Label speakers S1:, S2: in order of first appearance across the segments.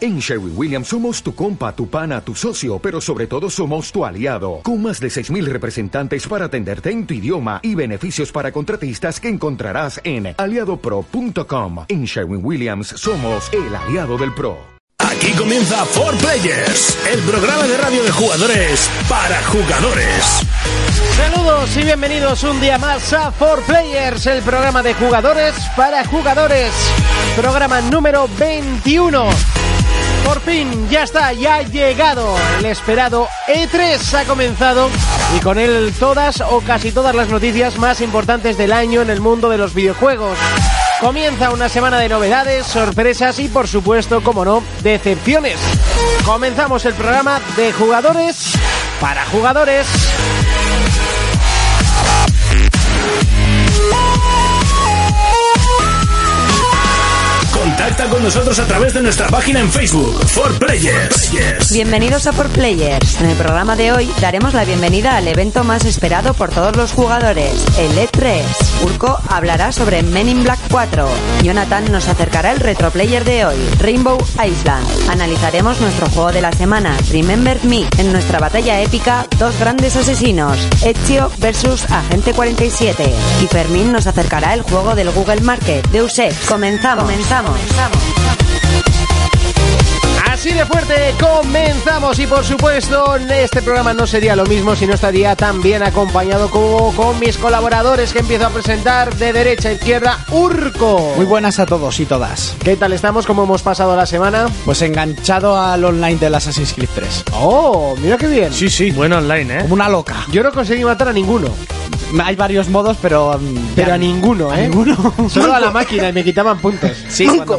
S1: En Sherwin Williams somos tu compa, tu pana, tu socio, pero sobre todo somos tu aliado, con más de 6.000 representantes para atenderte en tu idioma y beneficios para contratistas que encontrarás en aliadopro.com. En Sherwin Williams somos el aliado del PRO.
S2: Aquí comienza 4 Players, el programa de radio de jugadores para jugadores.
S3: Saludos y bienvenidos un día más a 4 Players, el programa de jugadores para jugadores. Programa número 21. Por fin, ya está, ya ha llegado. El esperado E3 ha comenzado y con él todas o casi todas las noticias más importantes del año en el mundo de los videojuegos. Comienza una semana de novedades, sorpresas y por supuesto, como no, decepciones. Comenzamos el programa de jugadores para jugadores.
S2: Contacta con nosotros a través de nuestra página en Facebook, 4 Players.
S4: Bienvenidos a Por Players. En el programa de hoy daremos la bienvenida al evento más esperado por todos los jugadores, el E3. Urco hablará sobre Men in Black 4. Jonathan nos acercará el retroplayer de hoy, Rainbow Island. Analizaremos nuestro juego de la semana, Remember Me. En nuestra batalla épica, dos grandes asesinos, Ezio versus Agente 47. Y Fermín nos acercará el juego del Google Market, Deus Ex. Comenzamos. Comenzamos.
S3: Así de fuerte, comenzamos y por supuesto este programa no sería lo mismo si no estaría tan bien acompañado como con mis colaboradores que empiezo a presentar de derecha a izquierda, Urco.
S5: Muy buenas a todos y todas.
S3: ¿Qué tal estamos? ¿Cómo hemos pasado la semana?
S5: Pues enganchado al online del Assassin's Creed 3.
S3: Oh, mira qué bien.
S5: Sí, sí.
S6: Bueno online, ¿eh?
S5: Como una loca.
S3: Yo no conseguí matar a ninguno,
S5: Hay varios modos, pero. mm,
S3: pero
S5: ya-
S3: a ninguno,
S5: a
S3: ¿eh?
S5: ninguno.
S3: Solo a la máquina y me quitaban puntos.
S5: Sí, cuando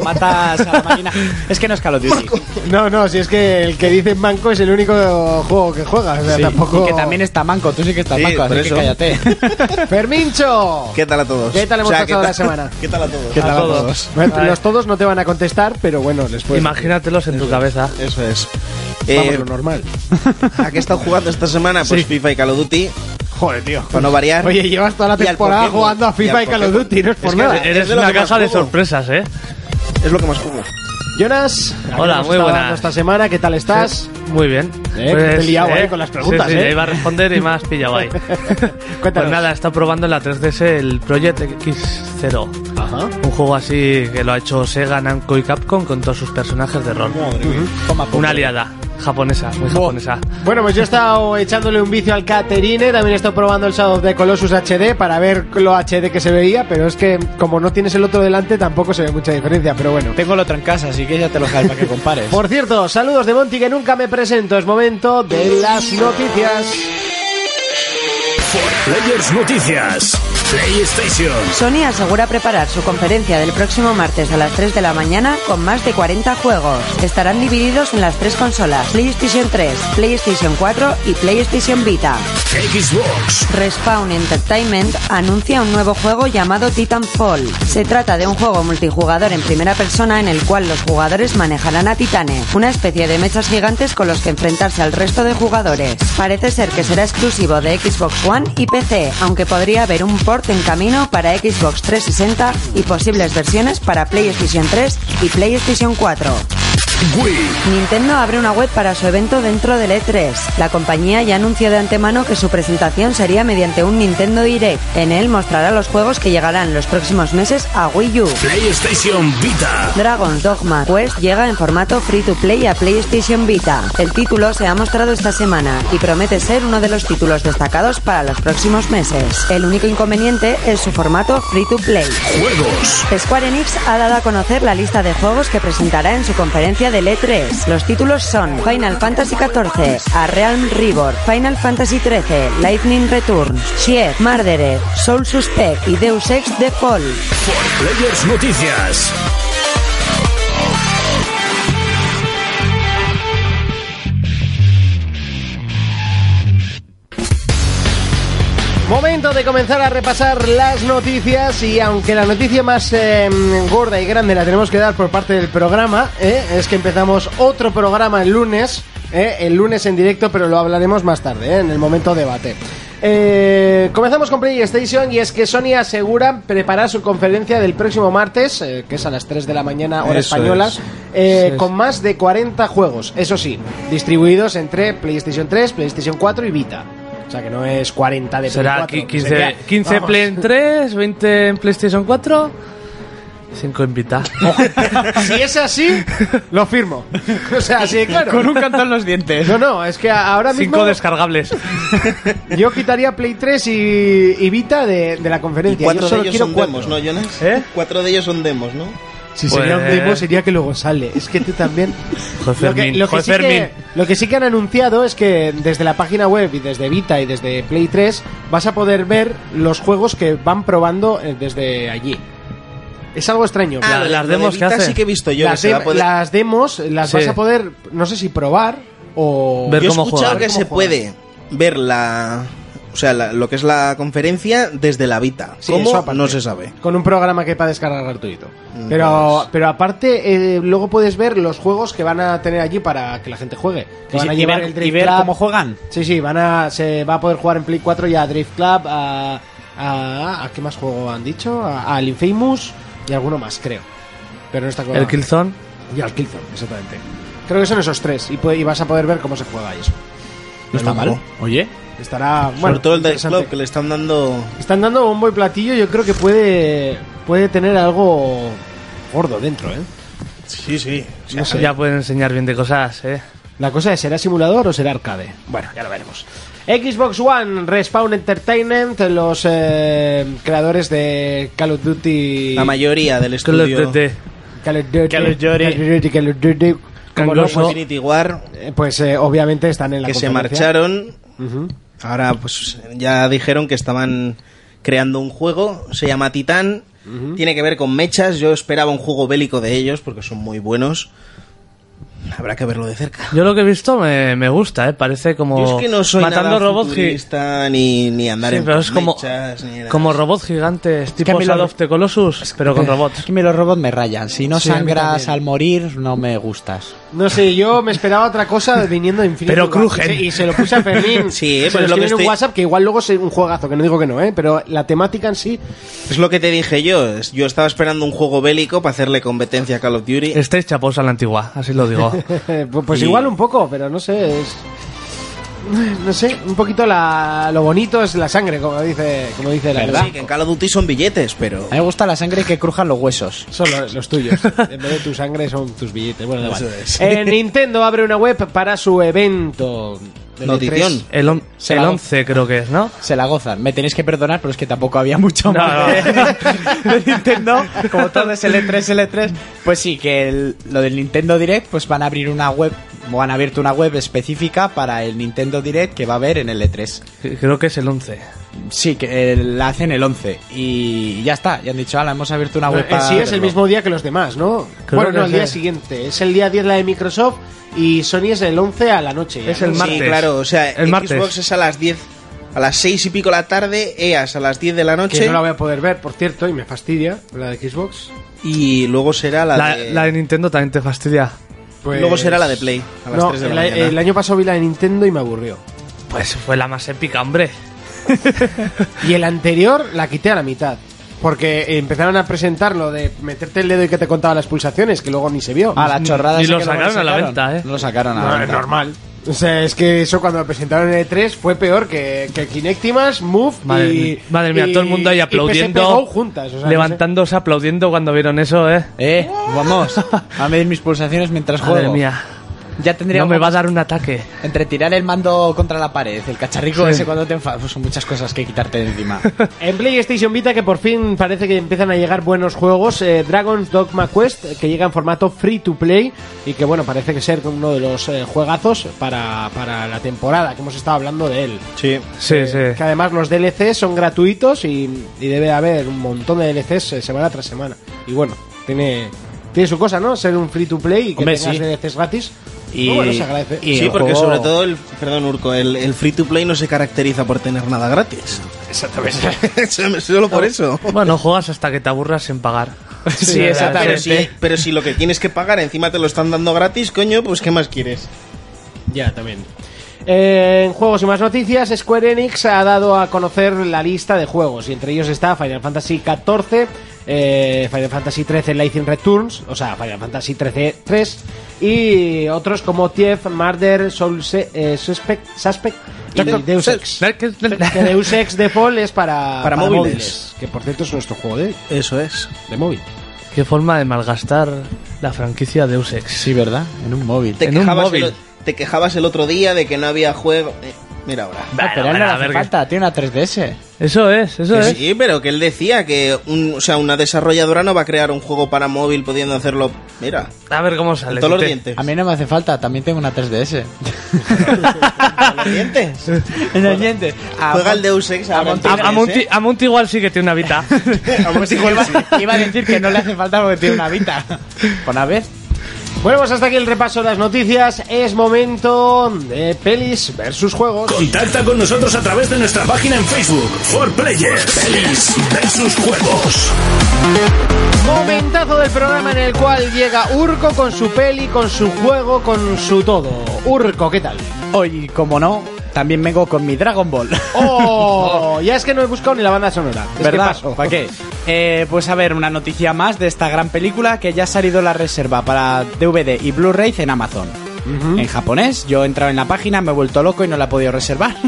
S5: matas a la máquina. Es que no es Call of Duty.
S3: No, no, si es que el que dice banco es el único juego que juegas, o sea,
S5: Sí.
S3: tampoco.
S5: Y que también está manco. Tú sí que estás
S7: Sí,
S5: manco,
S7: por
S5: así
S7: eso.
S5: que cállate.
S3: Fermincho.
S7: ¿Qué tal a todos?
S3: ¿Qué tal hemos
S7: ¿qué
S3: pasado la
S7: tal-
S3: semana?
S7: ¿Qué tal a todos?
S5: ¿Qué tal a
S6: todos.
S5: todos?
S3: Bueno, los todos no te van a contestar, pero bueno, les puedes.
S6: Imagínatelos en tu cabeza.
S7: Eso es.
S3: Vamos,
S7: Eh,
S3: lo normal.
S7: ¿A qué he estado jugando esta semana? Pues FIFA y Call of Duty,
S3: Joder, tío.
S7: para no variar.
S3: Oye, llevas toda la
S7: Y al
S3: temporada
S7: Pokémon.
S3: jugando a FIFA y,
S7: al
S3: Call of
S7: Pokémon.
S3: Duty, no es por
S7: que
S3: nada.
S7: es-
S6: Eres
S7: de lo
S6: una
S7: que más
S6: caja de
S7: juego.
S6: sorpresas, ¿eh?
S7: Es lo que más juego.
S3: Jonas, ¿a qué
S6: Hola,
S3: nos
S6: muy
S3: está
S6: buenas.
S3: dando esta semana, ¿qué tal estás?
S6: Muy bien. Pues,
S3: Eh, que te he liado ahí con las preguntas,
S6: Sí, sí,
S3: eh.
S6: iba a responder y me has pillado ahí.
S3: Cuéntanos.
S6: Pues nada, está probando en la 3DS el Project X0.
S3: Ajá.
S6: Un juego así que lo ha hecho Sega, Namco y Capcom con todos sus personajes de rol.
S5: Toma,
S3: pues.
S5: poco.
S6: Una aliada japonesa, muy japonesa.
S3: Bueno, pues yo he estado echándole un vicio al Caterine, también he estado probando el Shadow of the Colossus HD para ver lo HD que se veía, pero es que como no tienes el otro delante tampoco se ve mucha diferencia, pero bueno.
S5: Tengo el otro en casa, así que ya te lo dejaré para que compares.
S3: Por cierto, saludos de Monty que nunca me presento, es momento de las noticias.
S2: Players Noticias, PlayStation,
S4: Sony asegura preparar su conferencia del próximo martes a las 3 de la mañana con más de 40 juegos. Estarán divididos en las tres consolas, PlayStation 3, PlayStation 4 y PlayStation Vita.
S2: Xbox,
S4: Respawn Entertainment anuncia un nuevo juego llamado Titanfall. Se trata de un juego multijugador en primera persona en el cual los jugadores manejarán a titanes, una especie de mechas gigantes con los que enfrentarse al resto de jugadores. Parece ser que será exclusivo de Xbox One y PC, aunque podría haber un port en camino para Xbox 360 y posibles versiones para PlayStation 3 y PlayStation 4.
S2: Wii,
S4: Nintendo abre una web para su evento dentro del E3. La compañía ya anunció de antemano que su presentación sería mediante un Nintendo Direct. En él mostrará los juegos que llegarán los próximos meses a Wii U.
S2: PlayStation Vita,
S4: Dragon's Dogma Quest llega en formato free to play a PlayStation Vita. El título se ha mostrado esta semana y promete ser uno de los títulos destacados para los próximos meses. El único inconveniente es su formato free to play.
S2: Juegos,
S4: Square Enix ha dado a conocer la lista de juegos que presentará en su conferencia del E3. Los títulos son Final Fantasy XIV, A Realm Reborn, Final Fantasy XIII, Lightning Return, Shield, Murderer, Soul Suspect y Deus Ex The Fall.
S2: Players Noticias,
S3: Momento de comenzar a repasar las noticias y aunque la noticia más eh, gorda y grande la tenemos que dar por parte del programa, ¿eh? es que empezamos otro programa el lunes, ¿eh? el lunes en directo, pero lo hablaremos más tarde, ¿eh? en el momento debate. Eh, comenzamos con PlayStation y es que Sony asegura preparar su conferencia del próximo martes, eh, que es a las 3 de la mañana hora
S7: Eso
S3: española,
S7: es.
S3: eh,
S6: Sí, sí.
S3: con más de 40 juegos, eso sí, distribuidos entre PlayStation 3, PlayStation 4 y Vita. O sea que no es 40 de
S6: Será
S3: Play 4,
S6: qui-
S3: que sería-
S6: 15, 15
S3: vamos.
S6: Play en 3, 20 en PlayStation 4, 5 en Vita.
S3: Si es así, lo firmo. O sea, así de claro.
S5: Con un canto en los dientes.
S3: No, no, es que ahora mismo
S6: 5 descargables.
S3: yo quitaría Play 3 y, y Vita de, de la conferencia.
S7: Cuatro
S3: yo
S7: de
S3: solo
S7: ellos
S3: quiero
S7: son
S3: cuatro.
S7: demos, ¿no, Jonas?
S6: ¿Eh?
S7: Cuatro de ellos son demos, ¿no?
S3: Si
S6: Pues-
S3: sería un demo, sería que luego sale. Es que tú también.
S6: Joder,
S3: Lo que,
S6: Fermín,
S3: lo que
S6: joder,
S3: sí que,
S6: Fermín.
S3: lo que sí que han anunciado es que desde la página web y desde Vita y desde Play 3 vas a poder ver los juegos que van probando eh, desde allí. Es algo extraño.
S6: Ah,
S3: La-
S6: las
S7: lo de
S6: demos que
S7: Vita
S6: hace.
S7: sí que he visto yo.
S3: las,
S7: que se va a
S3: dem-
S7: poder-
S3: las demos las
S6: Sí.
S3: vas a poder, no sé si probar o
S6: Ver
S7: Yo he
S6: cómo
S7: escuchado
S6: juegan.
S7: que se
S3: Cómo
S7: puede ver la... O sea, la- lo que es la conferencia desde la Vita.
S3: Sí,
S7: ¿Cómo?
S3: eso aparte.
S7: No se sabe.
S3: Con un programa que para descargar gratuito.
S7: Mm,
S3: Pero,
S7: pues.
S3: pero aparte, eh, luego puedes ver los juegos que van a tener allí para que la gente juegue. Que
S5: Y,
S3: van a
S5: si- y
S3: llevar
S5: ver,
S3: el
S5: y
S3: Drift
S5: ver
S3: Club.
S5: cómo juegan.
S3: Sí, sí, van a, se va a poder jugar en Play 4 ya a Drift Club, a, a, a- ¿qué más juego han dicho? A- Al Infamous y alguno más, creo. Pero no está claro.
S6: El Killzone.
S3: Y al Killzone, exactamente. Creo que son esos tres y, puede- y vas a poder ver cómo se juega y eso.
S5: No está mal. Oye.
S3: Estará, bueno,
S7: Sobre todo el Dice
S3: interesante.
S7: Club, que le están dando...
S3: Están dando bombo y platillo, yo creo que puede, puede tener algo gordo dentro, ¿eh?
S7: Sí, sí.
S3: No sé.
S6: Ya pueden enseñar bien de cosas, eh.
S3: La cosa es, ¿será simulador o será arcade? Bueno, ya lo veremos. Xbox One, Respawn Entertainment, los eh, creadores de Call of Duty...
S7: La mayoría del
S6: Call of
S7: estudio...
S6: Duty.
S3: Call of Duty...
S6: Call of
S3: Call
S6: Duty.
S3: of Duty, Call of Duty, como no,
S6: Gangoso.
S3: pues,
S7: Infinity War,
S3: eh, pues eh, obviamente están en la
S7: que se
S3: conferencia.
S7: marcharon.
S3: Ujú.
S7: Ahora pues ya dijeron que estaban creando un juego, se llama Titán, tiene que ver con mechas, yo esperaba un juego bélico de ellos porque son muy buenos. Habrá que verlo de cerca.
S6: Yo lo que he visto me, me gusta, eh. Parece como
S7: Yo es que no soy
S6: matando
S7: nada
S6: robots gi-
S7: futurista, ni, ni andar
S6: Sí,
S7: en
S6: pero es como,
S7: mechas, ni nada.
S6: como robots gigantes, tipo
S5: a mí lo-
S6: Shadow of the Colossus, pero con robots.
S5: Aquí me los robots me rayan. Si no
S3: Sí, a mí
S5: sangras
S3: también.
S5: al morir, no me gustas.
S3: No sé, yo me esperaba otra cosa viniendo de Infinity
S6: Pero
S3: War.
S6: crujen.
S3: Sí, Y se lo puse a Fermín.
S7: Sí, eh,
S3: se
S7: pero
S3: lo
S7: es lo
S3: escribí
S7: que
S3: en un
S7: estoy-
S3: WhatsApp que igual luego es un juegazo, que no digo que no, ¿eh? Pero la temática en sí...
S7: Es lo que te dije yo, es- yo estaba esperando un juego bélico para hacerle competencia a Call of Duty.
S6: Estáis chapos a la antigua, así lo digo.
S3: pues pues
S7: Y-
S3: igual un poco, pero no sé, es... No sé, un poquito la, lo bonito es la sangre, como dice, como dice la verdad.
S7: Sí, que en Call of Duty son billetes, pero...
S5: A mí me gusta la sangre que crujan los huesos.
S3: Son lo- los, tuyos. En vez de tu sangre son tus billetes. Bueno, da igual. Eh, Nintendo abre una web para su evento. del
S7: Notición.
S3: E3.
S6: El, on-
S5: Se
S6: el
S5: la-
S6: 11 creo que es, ¿no?
S5: Se la gozan. Me tenéis que perdonar, pero es que tampoco había mucho
S6: No,
S5: más
S6: no.
S5: De, de Nintendo. Como todo es L3, L3. Pues sí, que el- lo del Nintendo Direct, pues van a abrir una web, o han abierto una web específica para el Nintendo Direct que va a haber en el E3.
S6: Creo que es el 11.
S5: Sí, que eh, la hacen el 11. Y ya está, ya han dicho, ala, hemos abierto una
S3: Bueno,
S5: web
S6: Eh,
S3: en
S5: para...
S3: Eh, sí es el
S5: verlo".
S3: mismo día que los demás, ¿no?
S6: Creo
S3: bueno, no,
S6: que
S3: el
S6: sí.
S3: día siguiente. Es el día 10 la de Microsoft y Sony es el 11 a la noche. ya,
S6: Es el
S3: ¿no?
S7: Sí,
S6: martes.
S7: claro, o sea,
S6: El
S7: Xbox
S6: martes.
S7: es a las 10, a las 6 y pico la tarde, EAS a las 10 de la
S3: Que
S7: noche.
S3: no la voy a poder ver, por cierto, y me fastidia la de Xbox.
S7: Y luego será la,
S6: La,
S7: de...
S6: la de Nintendo también te fastidia.
S3: Pues-
S7: Luego será la de Play, a las
S3: No,
S7: 3 de la
S3: el,
S7: mañana.
S3: el año pasado vi la de Nintendo y me aburrió.
S6: Pues fue la más épica, hombre.
S3: Y el anterior la quité a la mitad. Porque empezaron a presentar lo de meterte el dedo y que te contaba las pulsaciones, que luego ni se vio.
S5: A
S6: Ah.
S5: la chorrada
S6: Y
S5: esa
S6: lo
S5: que no
S6: sacaron a la venta, ¿eh?
S5: No lo sacaron a la
S3: No, es
S5: venta.
S3: normal. O sea, es que eso cuando lo presentaron en E3 fue peor que, que Kinectimas, Move
S6: Madre,
S3: y.
S6: madre mía,
S3: y-
S6: todo el mundo ahí
S3: y PSP
S6: aplaudiendo.
S3: Go juntas. o sea,
S6: levantándose, aplaudiendo cuando vieron eso, ¿eh?
S5: Eh, vamos, a medir mis pulsaciones mientras
S6: Madre
S5: juego.
S6: mía.
S5: Ya tendría
S6: No me
S5: algo
S6: va a dar un ataque.
S5: Entre tirar el mando contra la pared, el cacharrico
S6: Sí.
S5: ese cuando te enfadas, pues son muchas cosas que quitarte de encima.
S3: no sé. En PlayStation Vita, que por fin parece que empiezan a llegar buenos juegos, eh, Dragon's Dogma Quest, eh, que llega en formato free to play y que, bueno, parece que ser uno de los eh, juegazos para, para la temporada que hemos estado hablando de él.
S7: Sí.
S6: Sí,
S3: Eh, Que
S6: sí.
S3: además los DLCs son gratuitos y, y debe haber un montón de DLCs eh, semana tras semana. Y bueno, tiene, tiene su cosa, ¿no? Ser un free to play y que
S5: Hombre,
S3: tengas
S5: sí.
S3: DLCs gratis.
S5: Y-
S3: Pues bueno, se agradece.
S5: y-
S7: Sí,
S5: el
S7: porque
S5: juego-
S7: sobre todo el, perdón Urco, el, el free to play no se caracteriza por tener nada gratis. Exactamente. Solo por eso.
S6: Bueno, juegas hasta que te aburras sin pagar.
S5: Sí,
S7: Pero
S5: exactamente.
S7: si, pero si lo que tienes que pagar encima te lo están dando gratis, coño, pues ¿qué más quieres?
S3: Ya, también. Eh, en juegos y más noticias, Square Enix ha dado a conocer la lista de juegos y entre ellos está Final Fantasy XIV, eh, Final Fantasy XIII Lightning Returns, o sea, Final Fantasy XIII 3 y otros como Tief, Murder, Soul Se- eh, Suspect, Suspect y Deus Ex. Que Deus Ex Default es para,
S7: Para móviles.
S3: que por cierto es nuestro juego de,
S7: Eso es.
S3: de móvil.
S6: Qué forma de malgastar la franquicia de Eusex.
S5: Sí, ¿verdad? En un móvil.
S7: Te
S6: En un
S7: quejabas,
S6: móvil.
S7: el, o- te quejabas el otro día de que no había juego. eh, mira ahora.
S5: Ah, pero a él no le hace falta, tiene una 3DS.
S6: Eso es, eso
S7: Que
S6: es.
S7: sí, pero que él decía que un, o sea, una desarrolladora no va a crear un juego para móvil pudiendo hacerlo. Mira,
S6: A ver cómo
S7: con
S6: sale.
S7: todos los
S6: Tite.
S7: dientes.
S5: A mí no me hace falta, Ah, también tengo una 3DS.
S7: Con los dientes.
S5: en el diente. Ah,
S7: Juega el ¿eh? Deus Ex ahora en
S6: A,
S7: TNS.
S6: a Monty, a Monty igual sí que tiene una vida. Ah,
S5: pues iba, iba a decir que no le hace falta porque tiene una Vita. Con a ver.
S3: Bueno, pues hasta aquí el repaso de las noticias. Es momento de pelis versus juegos.
S2: Contacta con nosotros a través de nuestra página en Facebook, For Players, Pelis versus Juegos.
S3: Momentazo del programa en el cual llega Urco con su peli, con su juego, con su todo. Urco, ¿qué tal?
S5: Hoy, como no, también vengo con mi Dragon Ball.
S3: ¡Oh! ya es que no he buscado ni la banda sonora. Es que
S5: ¿Verdad?
S3: paso.
S5: ¿Para qué? Eh, pues a ver, una noticia más de esta gran película que ya ha salido la reserva para DVD y Blu-ray en Amazon. En japonés, yo he entrado en la página, me he vuelto loco y no la he podido reservar.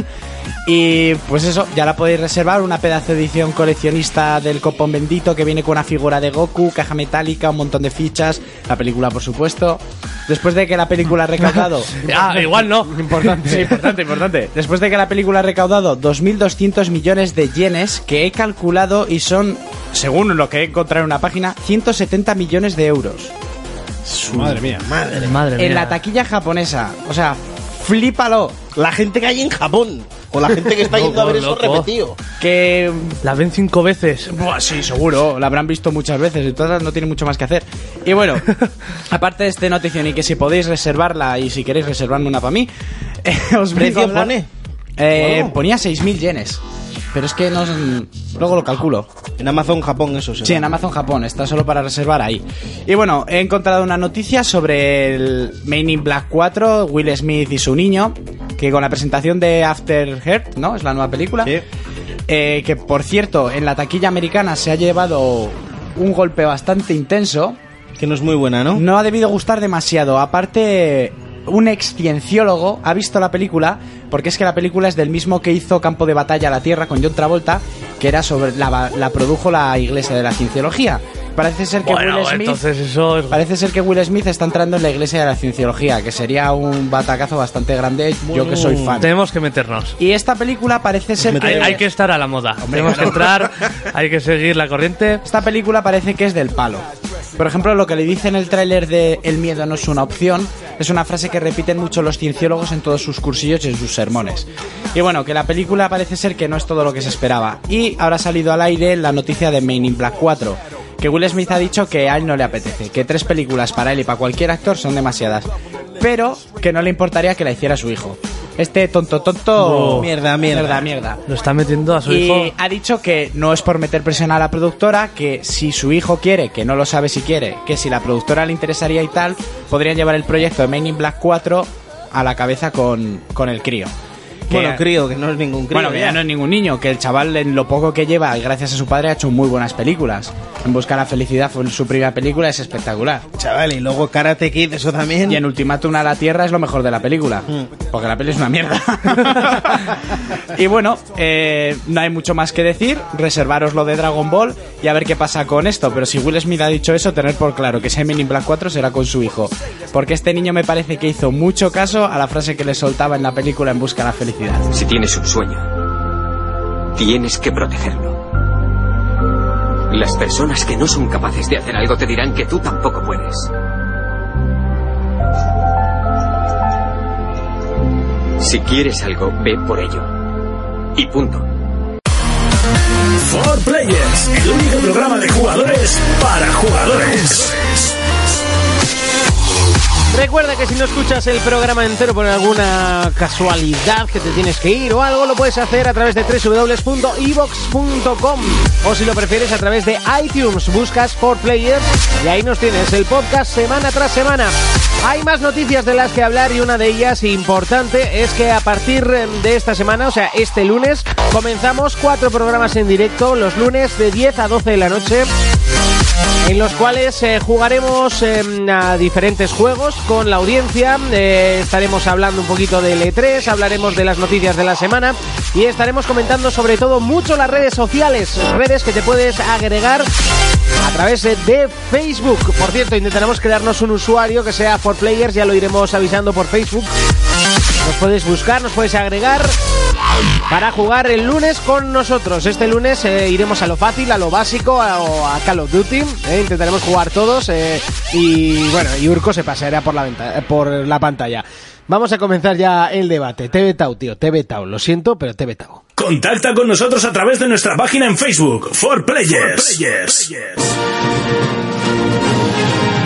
S5: Y pues eso, ya la podéis reservar, una pedazo de edición coleccionista del copón bendito que viene con una figura de Goku, caja metálica, un montón de fichas, la película por supuesto. Después de que la película ha recaudado...
S6: Ah, igual no.
S5: Importante. importante, importante. Después de que la película ha recaudado 2.200 millones de yenes, que he calculado y son, según lo que he encontrado en una página, 170 millones de euros.
S3: Madre mía.
S6: Madre mía.
S5: En la taquilla japonesa. O sea, flípalo.
S7: La gente que hay en Japón. O la gente que está
S6: Loco,
S7: yendo a ver eso
S6: loco.
S7: repetido.
S5: Que...
S6: La ven cinco veces.
S5: Buah, sí, seguro. La habrán visto muchas veces, entonces no tiene mucho más que hacer. Y bueno, aparte de este notición y que si podéis reservarla y si queréis reservarme una para mí, eh, os vengo a
S7: ¿Precio
S5: hablar-
S7: pone?
S5: Eh,
S7: Wow.
S5: Ponía 6.000 yenes. Pero es que no... Luego lo calculo.
S7: En Amazon Japón eso sí.
S5: Sí, en Amazon Japón, está solo para reservar ahí. Y bueno, he encontrado una noticia sobre el Main in Black 4, Will Smith y su niño, que con la presentación de After Earth, ¿no? Es la nueva película.
S7: Sí.
S5: Eh, que por cierto, en la taquilla americana se ha llevado un golpe bastante intenso.
S7: Que no es muy buena, ¿no?
S5: No ha debido gustar demasiado. Aparte, un ex cienciólogo ha visto la película, porque es que la película es del mismo que hizo Campo de Batalla a la Tierra con John Travolta, que era sobre la, la produjo la Iglesia de la Cienciología. Parece ser que
S6: Bueno,
S5: Will Smith.
S6: entonces eso es...
S5: Parece ser que Will Smith está entrando en la iglesia de la cienciología, que sería un batacazo bastante grande, yo que soy fan.
S6: Tenemos que meternos.
S5: Y esta película parece ser que...
S6: Hay, hay que estar a la moda. Tenemos que entrar, hay que seguir la corriente.
S5: Esta película parece que es del palo. Por ejemplo, lo que le dice en el tráiler de El miedo no es una opción es una frase que repiten mucho los cienciólogos en todos sus cursillos y en sus sermones. Y bueno, que la película parece ser que no es todo lo que se esperaba. Y ahora ha salido al aire la noticia de Main in Black 4, que Will Smith ha dicho que a él no le apetece, que tres películas para él y para cualquier actor son demasiadas, pero que no le importaría que la hiciera su hijo. Este tonto tonto...
S7: No. Mierda, mierda.
S5: Mierda, mierda.
S6: Lo está metiendo a su
S5: Y
S6: hijo.
S5: ha dicho que no es por meter presión a la productora, que si su hijo quiere, que no lo sabe si quiere, que si la productora le interesaría y tal, podrían llevar el proyecto de Main in Black 4 a la cabeza con, con el crío. Que-
S7: Bueno, crío, que no es ningún crío.
S5: bueno, que ya no es ningún niño, que el chaval en lo poco que lleva, gracias a su padre, ha hecho muy buenas películas. En Busca la Felicidad fue su primera película, es espectacular.
S7: Chaval, y luego Karate Kid, eso también.
S5: Y en Ultimátum a la Tierra es lo mejor de la película. Porque la peli es una mierda. y bueno, eh, no hay mucho más que decir. Reservaros lo de Dragon Ball y a ver qué pasa con esto. Pero si Will Smith ha dicho eso, tener por claro que ese Men in Black 4 será con su hijo. Porque este niño me parece que hizo mucho caso a la frase que le soltaba en la película En Busca de la Felicidad.
S8: Si tienes un sueño, tienes que protegerlo. Las personas que no son capaces de hacer algo te dirán que tú tampoco puedes. Si quieres algo, ve por ello. Y punto.
S2: For Players, el único programa de jugadores para jugadores.
S3: Recuerda que si no escuchas el programa entero por alguna casualidad que te tienes que ir o algo, lo puedes hacer a través de www.evox.com o si lo prefieres a través de iTunes. Buscas por Players y ahí nos tienes el podcast semana tras semana. Hay más noticias de las que hablar y una de ellas importante es que a partir de esta semana, o sea, este lunes, comenzamos cuatro programas en directo los lunes de 10 a 12 de la noche en los cuales eh, jugaremos eh, a diferentes juegos con la audiencia. eh, estaremos hablando un poquito del E3, hablaremos de las noticias de la semana y estaremos comentando sobre todo mucho las redes sociales, redes que te puedes agregar a través de- de Facebook. Por cierto, intentaremos crearnos un usuario que sea for players, ya lo iremos avisando por Facebook. Nos puedes buscar, nos puedes agregar para jugar el lunes con nosotros. Este lunes eh, iremos a lo fácil, a lo básico, a, o a Call of Duty. eh, intentaremos jugar todos eh, y bueno, y Urco se paseará por la, venta- eh, por la pantalla. Vamos a comenzar ya el debate. Te he vetado, tío, te he vetado. Lo siento, pero te he vetado.
S2: Contacta con nosotros a través de nuestra página en Facebook, For Players.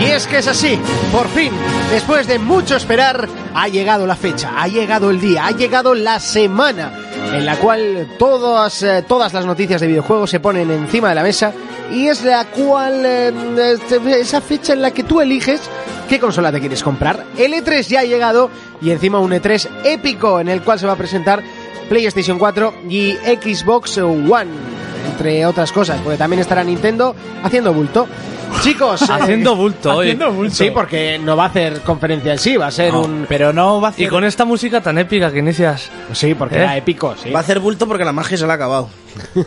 S3: Y es que es así, por fin, después de mucho esperar, ha llegado la fecha, ha llegado el día, ha llegado la semana en la cual todas, eh, todas las noticias de videojuegos se ponen encima de la mesa y es la cual, eh, este- esa fecha en la que tú eliges qué consola te quieres comprar. El E3 ya ha llegado y encima un E3 épico en el cual se va a presentar PlayStation 4 y Xbox One. Entre otras cosas, porque también estará Nintendo haciendo bulto. Chicos, eh,
S6: Haciendo bulto hoy.
S5: Ah, Haciendo bulto.
S3: Sí, porque no va a hacer conferencia en sí, va a ser un...
S5: Pero no va a hacer...
S6: Y con esta música tan épica que inicias,
S3: Sí, porque
S6: ¿Eh?
S3: era épico, sí.
S7: Va a hacer bulto porque la magia se la ha acabado.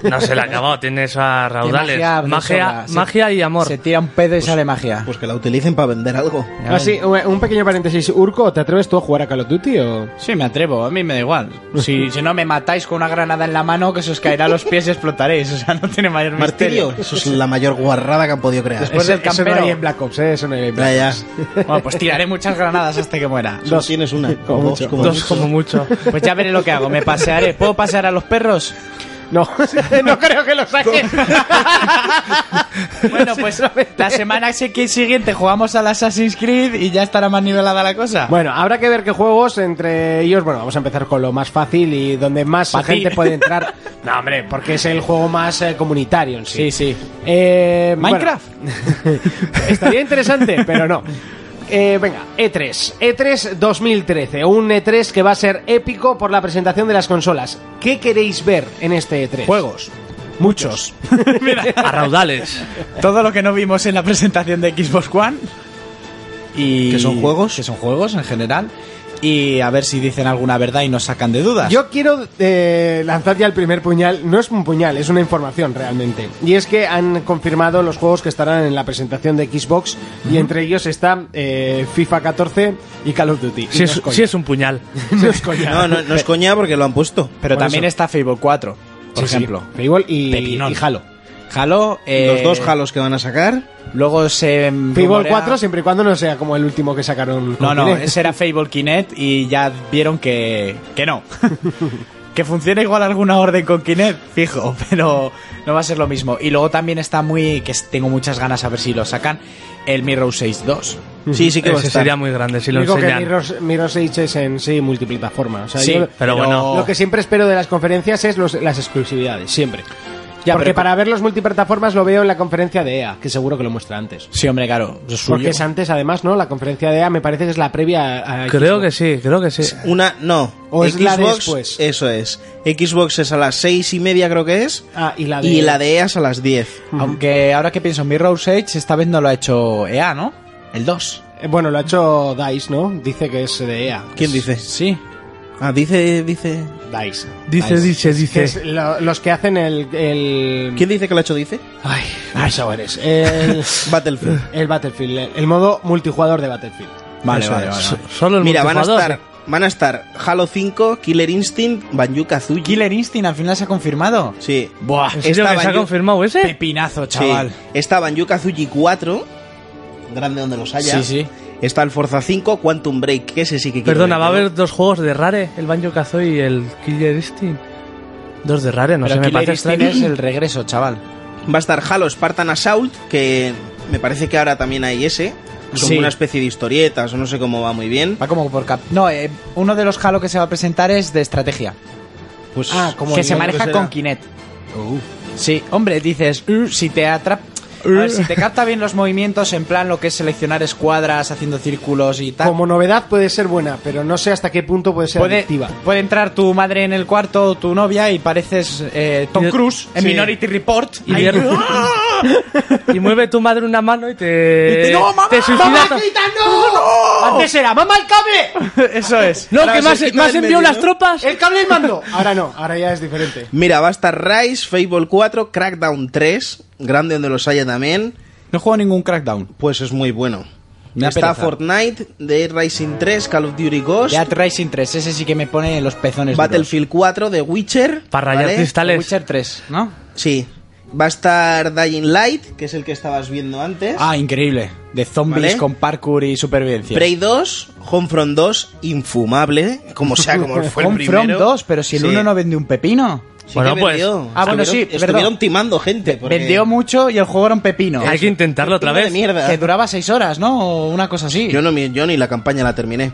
S6: no se la ha acabado, tienes a raudales.
S5: magia
S6: Magia,
S5: de
S6: magia,
S5: sobra, sí.
S6: y amor.
S5: Se tira un pedo y sale magia.
S7: Pues que la utilicen para vender algo.
S5: Ah,
S3: No, Ah, sí, un un pequeño paréntesis. Urco, ¿te atreves tú a jugar a Call of Duty o...?
S5: Sí, me atrevo, a mí me da igual. Si, si no me matáis con una granada en la mano, que se os caerá a los pies y explotaréis. O sea, no tiene mayor
S7: Martirio,
S5: misterio.
S7: eso es la mayor guarrada que han podido crear.
S5: Después del
S3: Eso no
S5: campero.
S3: hay en Black Ops, ¿eh? Eso no hay en Black
S7: Ya, ya.
S5: Bueno, pues tiraré muchas granadas hasta que muera.
S7: Solo tienes una. o dos, como
S6: Dos
S7: mucho.
S6: como mucho.
S5: Pues ya veré lo que hago, me pasearé. ¿Puedo pasear a los perros?
S3: Ops. No, no creo que lo saquen.
S5: Bueno, pues la semana que- siguiente jugamos al Assassin's Creed y ya estará más nivelada la cosa.
S3: bueno, habrá que ver qué juegos entre ellos... Bueno, vamos a empezar con lo más fácil y donde más
S5: Pa' ti.
S3: gente puede entrar. No, hombre, porque es el juego más eh, comunitario en sí.
S5: Sí, sí.
S3: Eh, bueno.
S5: Minecraft.
S3: Estaría interesante, pero no. Eh, venga, E E3. E3 2013. Un E3 que va a ser épico por la presentación de las consolas. ¿Qué queréis ver en este E3?
S5: Juegos.
S3: Muchos.
S6: A raudales.
S5: Todo lo que no vimos en la presentación de Xbox One. Y
S7: ¿Que son juegos?
S5: Que son juegos en general. Y a ver si dicen alguna verdad y nos sacan de dudas.
S3: Yo quiero eh, lanzar ya el primer puñal. No es un puñal, es una información realmente. Y es que han confirmado los juegos que estarán en la presentación de Xbox. Y entre ellos está eh, FIFA 14 y Call of Duty.
S6: Si
S3: Y
S6: es,
S3: no es
S6: si es un puñal.
S3: coña, no es coña.
S7: No, no, no es coña porque lo han puesto.
S5: Pero
S3: Por
S5: también
S3: eso.
S5: está Fable 4, por
S3: Sí, sí.
S5: ejemplo.
S3: Fable y,
S5: Pepinón.
S3: y Halo.
S5: Halo, eh,
S7: Los dos jalos que van a sacar.
S5: Luego se. mm,
S3: Fable
S5: rumorea-
S3: 4 siempre y cuando no sea como el último que sacaron. con
S5: No, no,
S3: Kinect.
S5: ese era Fable Kinect y ya vieron que. que no. que funciona igual alguna orden con Kinect, fijo, pero no va a ser lo mismo. Y luego también está muy. que tengo muchas ganas a ver si lo sacan. El Mirror 6-2.
S7: Sí, sí que va a
S6: Ese
S7: estar.
S6: sería muy grande si lo
S3: Digo que
S6: enseñan.
S3: Mirror's, Mirror's Edge es en sí multiplataforma. O sea,
S5: Sí,
S3: yo-
S6: pero bueno.
S3: Lo que siempre espero de las conferencias es los- las exclusividades, siempre.
S5: Ya,
S3: Porque
S5: pero-
S3: para ver los multiplataformas lo veo en la conferencia de EA, que seguro que lo muestra antes.
S5: Sí, hombre, claro. Lo
S3: Porque
S5: suyo.
S3: es antes, además, ¿no? La conferencia de EA me parece que es la previa a. a
S6: Creo
S3: Xbox.
S6: que sí, creo que sí.
S7: Una, no.
S3: ¿O es
S7: Xbox,
S3: la de después?
S7: Eso es. Xbox es a las seis y media, creo que es.
S3: Ah, y la de.
S7: Y la de EAS a las 10.
S5: Aunque ahora que pienso, Mirror Edge esta vez no lo ha hecho EA, ¿no? El 2.
S3: Eh, Bueno, lo ha hecho DICE, ¿no? Dice que es de EA.
S7: ¿Quién dice?
S5: Sí.
S7: Ah, dice, dice.
S3: DICE.
S6: Dice,
S5: Nice.
S6: dice,
S3: Que es
S6: dice.
S3: lo- los que hacen el. el...
S7: ¿Quién dice que lo ha hecho? Dice.
S3: Ay, eso eres. El,
S7: Battlefield.
S3: el Battlefield, eh, el modo multijugador de Battlefield.
S5: Vale,
S7: Eso
S5: vale,
S7: es.
S5: vale, vale.
S6: Solo el
S7: Mira, van a
S6: multijugador.
S7: estar. Van a estar Halo 5, Killer Instinct, Banjo Kazooie.
S5: Killer Instinct al final se ha confirmado.
S7: Sí.
S5: Buah,
S6: ¿En
S7: Esta
S6: serio que se ha
S7: Banjo-
S6: confirmado ese?
S5: pepinazo,
S7: Sí.
S5: chaval.
S7: Está Banjo Kazooie 4. Grande donde los haya.
S5: Sí, sí.
S7: Está el Forza 5, Quantum Break. Que ese sí que quiero
S6: Perdona,
S7: ver,
S6: va a
S7: ¿no?
S6: haber dos juegos de Rare, el Banjo Kazooie y el Killer Instinct. Dos de Rare, no
S5: Pero
S6: sé, me
S5: Killer
S6: parece
S5: Instinct
S6: extraño.
S5: es el regreso, chaval.
S7: Va a estar Halo Spartan Assault. Que me parece que ahora también hay ese. Es
S5: Sí.
S7: como una especie de historietas, o no sé cómo va muy bien.
S5: Va como por cap. No, eh, uno de los Halo que se va a presentar es de estrategia.
S7: Pues,
S5: Ah, que se
S7: supongo
S5: maneja
S7: será.
S5: con Kinect. Sí, hombre, dices, "Uh, si te atrapa. si te capta bien los movimientos, en plan lo que es seleccionar escuadras, haciendo círculos y tal.
S3: Como novedad puede ser buena, pero no sé hasta qué punto puede ser
S5: Puede,
S3: adictiva.
S5: puede entrar tu madre en el cuarto o tu novia y pareces eh, Tom
S6: Y-
S5: Cruise en
S6: sí.
S5: Minority Report.
S6: Y
S5: Ahí- ¡Ah!
S6: de- y mueve tu madre una mano y te.
S5: Y te- ¡No, mamá!
S6: te suicida
S5: ¡Mamá,
S6: to-
S3: Antes era, mamá el cable,
S5: Eso es.
S6: ¡No,
S7: Ahora
S6: que
S7: se
S6: más,
S7: quita
S6: más
S7: del
S6: envió
S7: medio,
S6: las
S7: ¿no?
S6: tropas!
S3: el cable el mando. Ahora no, ahora ya es diferente.
S7: Mira, va a estar Rise, Fable 4, Crackdown 3, grande donde los haya también.
S5: No juego ningún crackdown.
S7: Pues es muy bueno.
S5: Me da
S7: Está
S5: pereza.
S7: Fortnite, The Rising 3, Call of Duty Ghost,
S5: Dead Rising 3, ese sí que me pone los pezones.
S7: Battlefield 4, The Witcher.
S6: Para rayar
S5: duros.
S6: cristales.
S5: Witcher 3, ¿no?
S7: Sí. Va a estar Dying Light, que es el que estabas viendo antes.
S5: Ah, increíble. De zombies
S7: Vale.
S5: con parkour y supervivencia.
S7: Prey 2, Homefront 2, infumable, como sea, como fue el primero.
S5: Homefront 2, pero si el
S7: Sí.
S5: 1 no vende un pepino.
S7: Sí que
S6: Bueno, pues-
S7: vendió.
S5: Ah, bueno, sí,
S7: Estuvieron-
S5: perdón.
S7: Estuvieron timando gente. porque-
S5: Vendió mucho y el juego era un pepino.
S6: Hay que intentarlo otra
S7: Pepino de
S6: vez.
S7: mierda.
S5: Que duraba 6 horas, ¿no? O una cosa así.
S7: Yo, no, mi- yo ni la campaña la terminé.